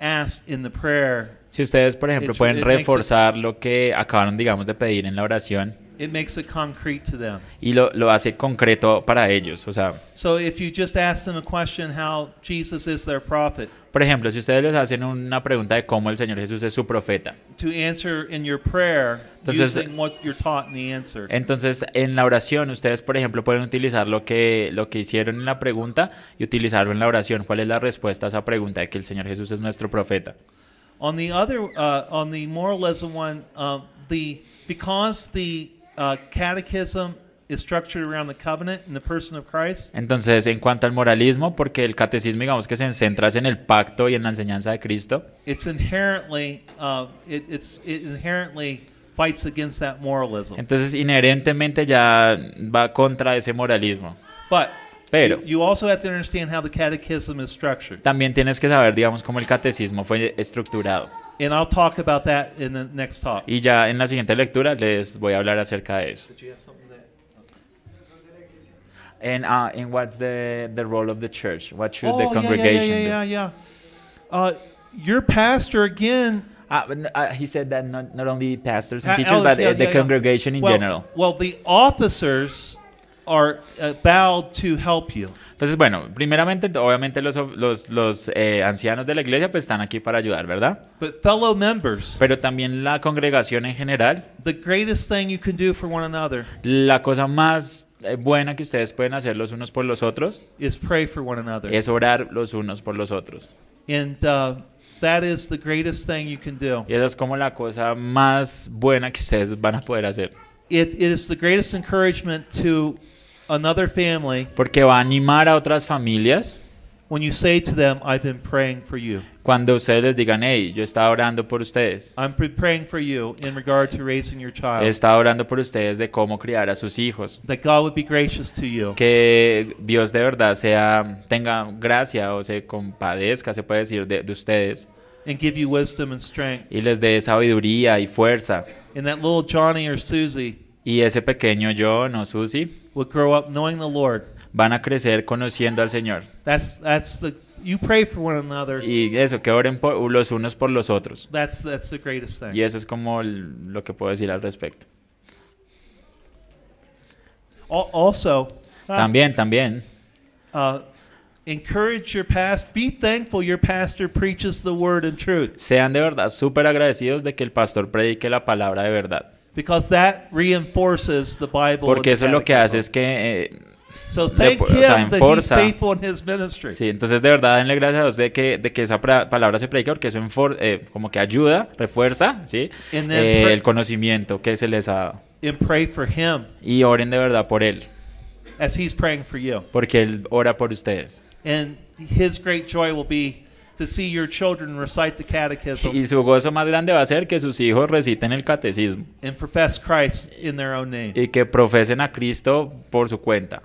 S1: asked in the prayer,
S2: Si ustedes, por ejemplo,
S1: It-
S2: pueden
S1: it makes it-
S2: reforzar lo que acabaron, digamos, de pedir en la oración
S1: it makes it concrete to them.
S2: y lo, lo hace concreto para ellos. O sea,
S1: So if you just ask them a question, how Jesus is their prophet,
S2: por ejemplo, si ustedes les hacen una pregunta de cómo el Señor Jesús es su profeta,
S1: to answer in your prayer
S2: Does this-
S1: using what you're taught in the answer.
S2: entonces en la oración ustedes, por ejemplo, pueden utilizar lo que, lo que hicieron en la pregunta y utilizarlo en la oración. ¿Cuál es la respuesta a esa pregunta de que el Señor Jesús es nuestro profeta?
S1: On the other, uh, on the moralism one, um, the because the uh, catechism is structured around the covenant and the person of Christ.
S2: Entonces, en cuanto al moralismo, porque el catecismo, digamos que se centra es en el pacto y en la enseñanza de Cristo,
S1: It's inherently, uh, it, it's it inherently fights against that moralism.
S2: entonces inherentemente ya va contra ese moralismo.
S1: But
S2: Pero-
S1: you, you also have to understand how the catechism is structured,
S2: También tienes que saber, digamos, cómo el catecismo fue estructurado.
S1: and I'll talk about that in the next talk.
S2: Y ya en la siguiente lectura les voy a hablar acerca de eso.
S1: Did you have something that?
S2: And, uh, and what's the, the role of the church? What should
S1: Oh,
S2: the congregation
S1: yeah, yeah, yeah, yeah,
S2: do?
S1: yeah. Uh, your pastor again.
S2: Ah, but, uh, he said that not, not only pastors and
S1: uh,
S2: teachers,
S1: elders,
S2: but uh,
S1: yeah,
S2: the
S1: yeah, yeah.
S2: congregation in
S1: Well-
S2: general.
S1: Well, the officers are uh, bowed to help you.
S2: Entonces, bueno, primeramente, obviamente los, los, los eh, ancianos de la iglesia pues están aquí para ayudar, ¿verdad?
S1: But fellow members,
S2: Pero también la congregación en general,
S1: the greatest thing you can do for one another
S2: la cosa más eh, buena que ustedes pueden hacer los unos por los otros
S1: is pray for one another,
S2: es orar los unos por los otros.
S1: and uh, that is the greatest thing you can do.
S2: Y esa es como la cosa más buena que ustedes van a poder hacer.
S1: It, it is the greatest encouragement to another family
S2: Porque va a animar a otras familias
S1: when you say to them, "I've been praying for you.
S2: cuando ustedes les digan, hey, yo estaba orando por ustedes.
S1: I'm pre- praying for you in regard to raising your child."
S2: He estado orando por ustedes de cómo criar a sus hijos.
S1: that God would be gracious to you.
S2: Que Dios de verdad sea, tenga gracia o se compadezca, se puede decir, de, de ustedes.
S1: and give you wisdom and strength.
S2: Y les dé sabiduría y fuerza.
S1: And that little Johnny or Susie
S2: Y ese pequeño John o Susi
S1: will grow up knowing the Lord.
S2: van a crecer conociendo al Señor.
S1: That's that's the you pray for one another.
S2: Y eso, que oren por, los unos por los otros.
S1: That's that's the greatest thing.
S2: Y eso es como el- lo que puedo decir al respecto.
S1: Al- Also, Ah.
S2: También, también.
S1: uh, Encourage your past. Be thankful your pastor preaches the word in truth
S2: Sean de verdad súper agradecidos de que el pastor predique la palabra de verdad.
S1: because that reinforces the Bible. and
S2: Porque
S1: the
S2: eso lo Oh, que hace
S1: catechism.
S2: es que... eh,
S1: So
S2: le
S1: thank
S2: pu- o
S1: him
S2: sea,
S1: that he's
S2: enforza.
S1: faithful in his ministry.
S2: sí, entonces de verdad denle gracias a Dios de que, de que esa pra- palabra se predique porque eso enfor- eh, como que ayuda, refuerza, ¿sí?
S1: And then
S2: Eh,
S1: pray-
S2: el conocimiento que se les ha dado.
S1: And pray for him
S2: Y oren de verdad por él,
S1: as he's praying for you.
S2: porque él ora por ustedes.
S1: And his great joy will be to see your children recite the catechism
S2: Y su gozo más grande va a ser que sus hijos reciten el catecismo
S1: and profess Christ in their own name.
S2: y que profesen a Cristo por su cuenta.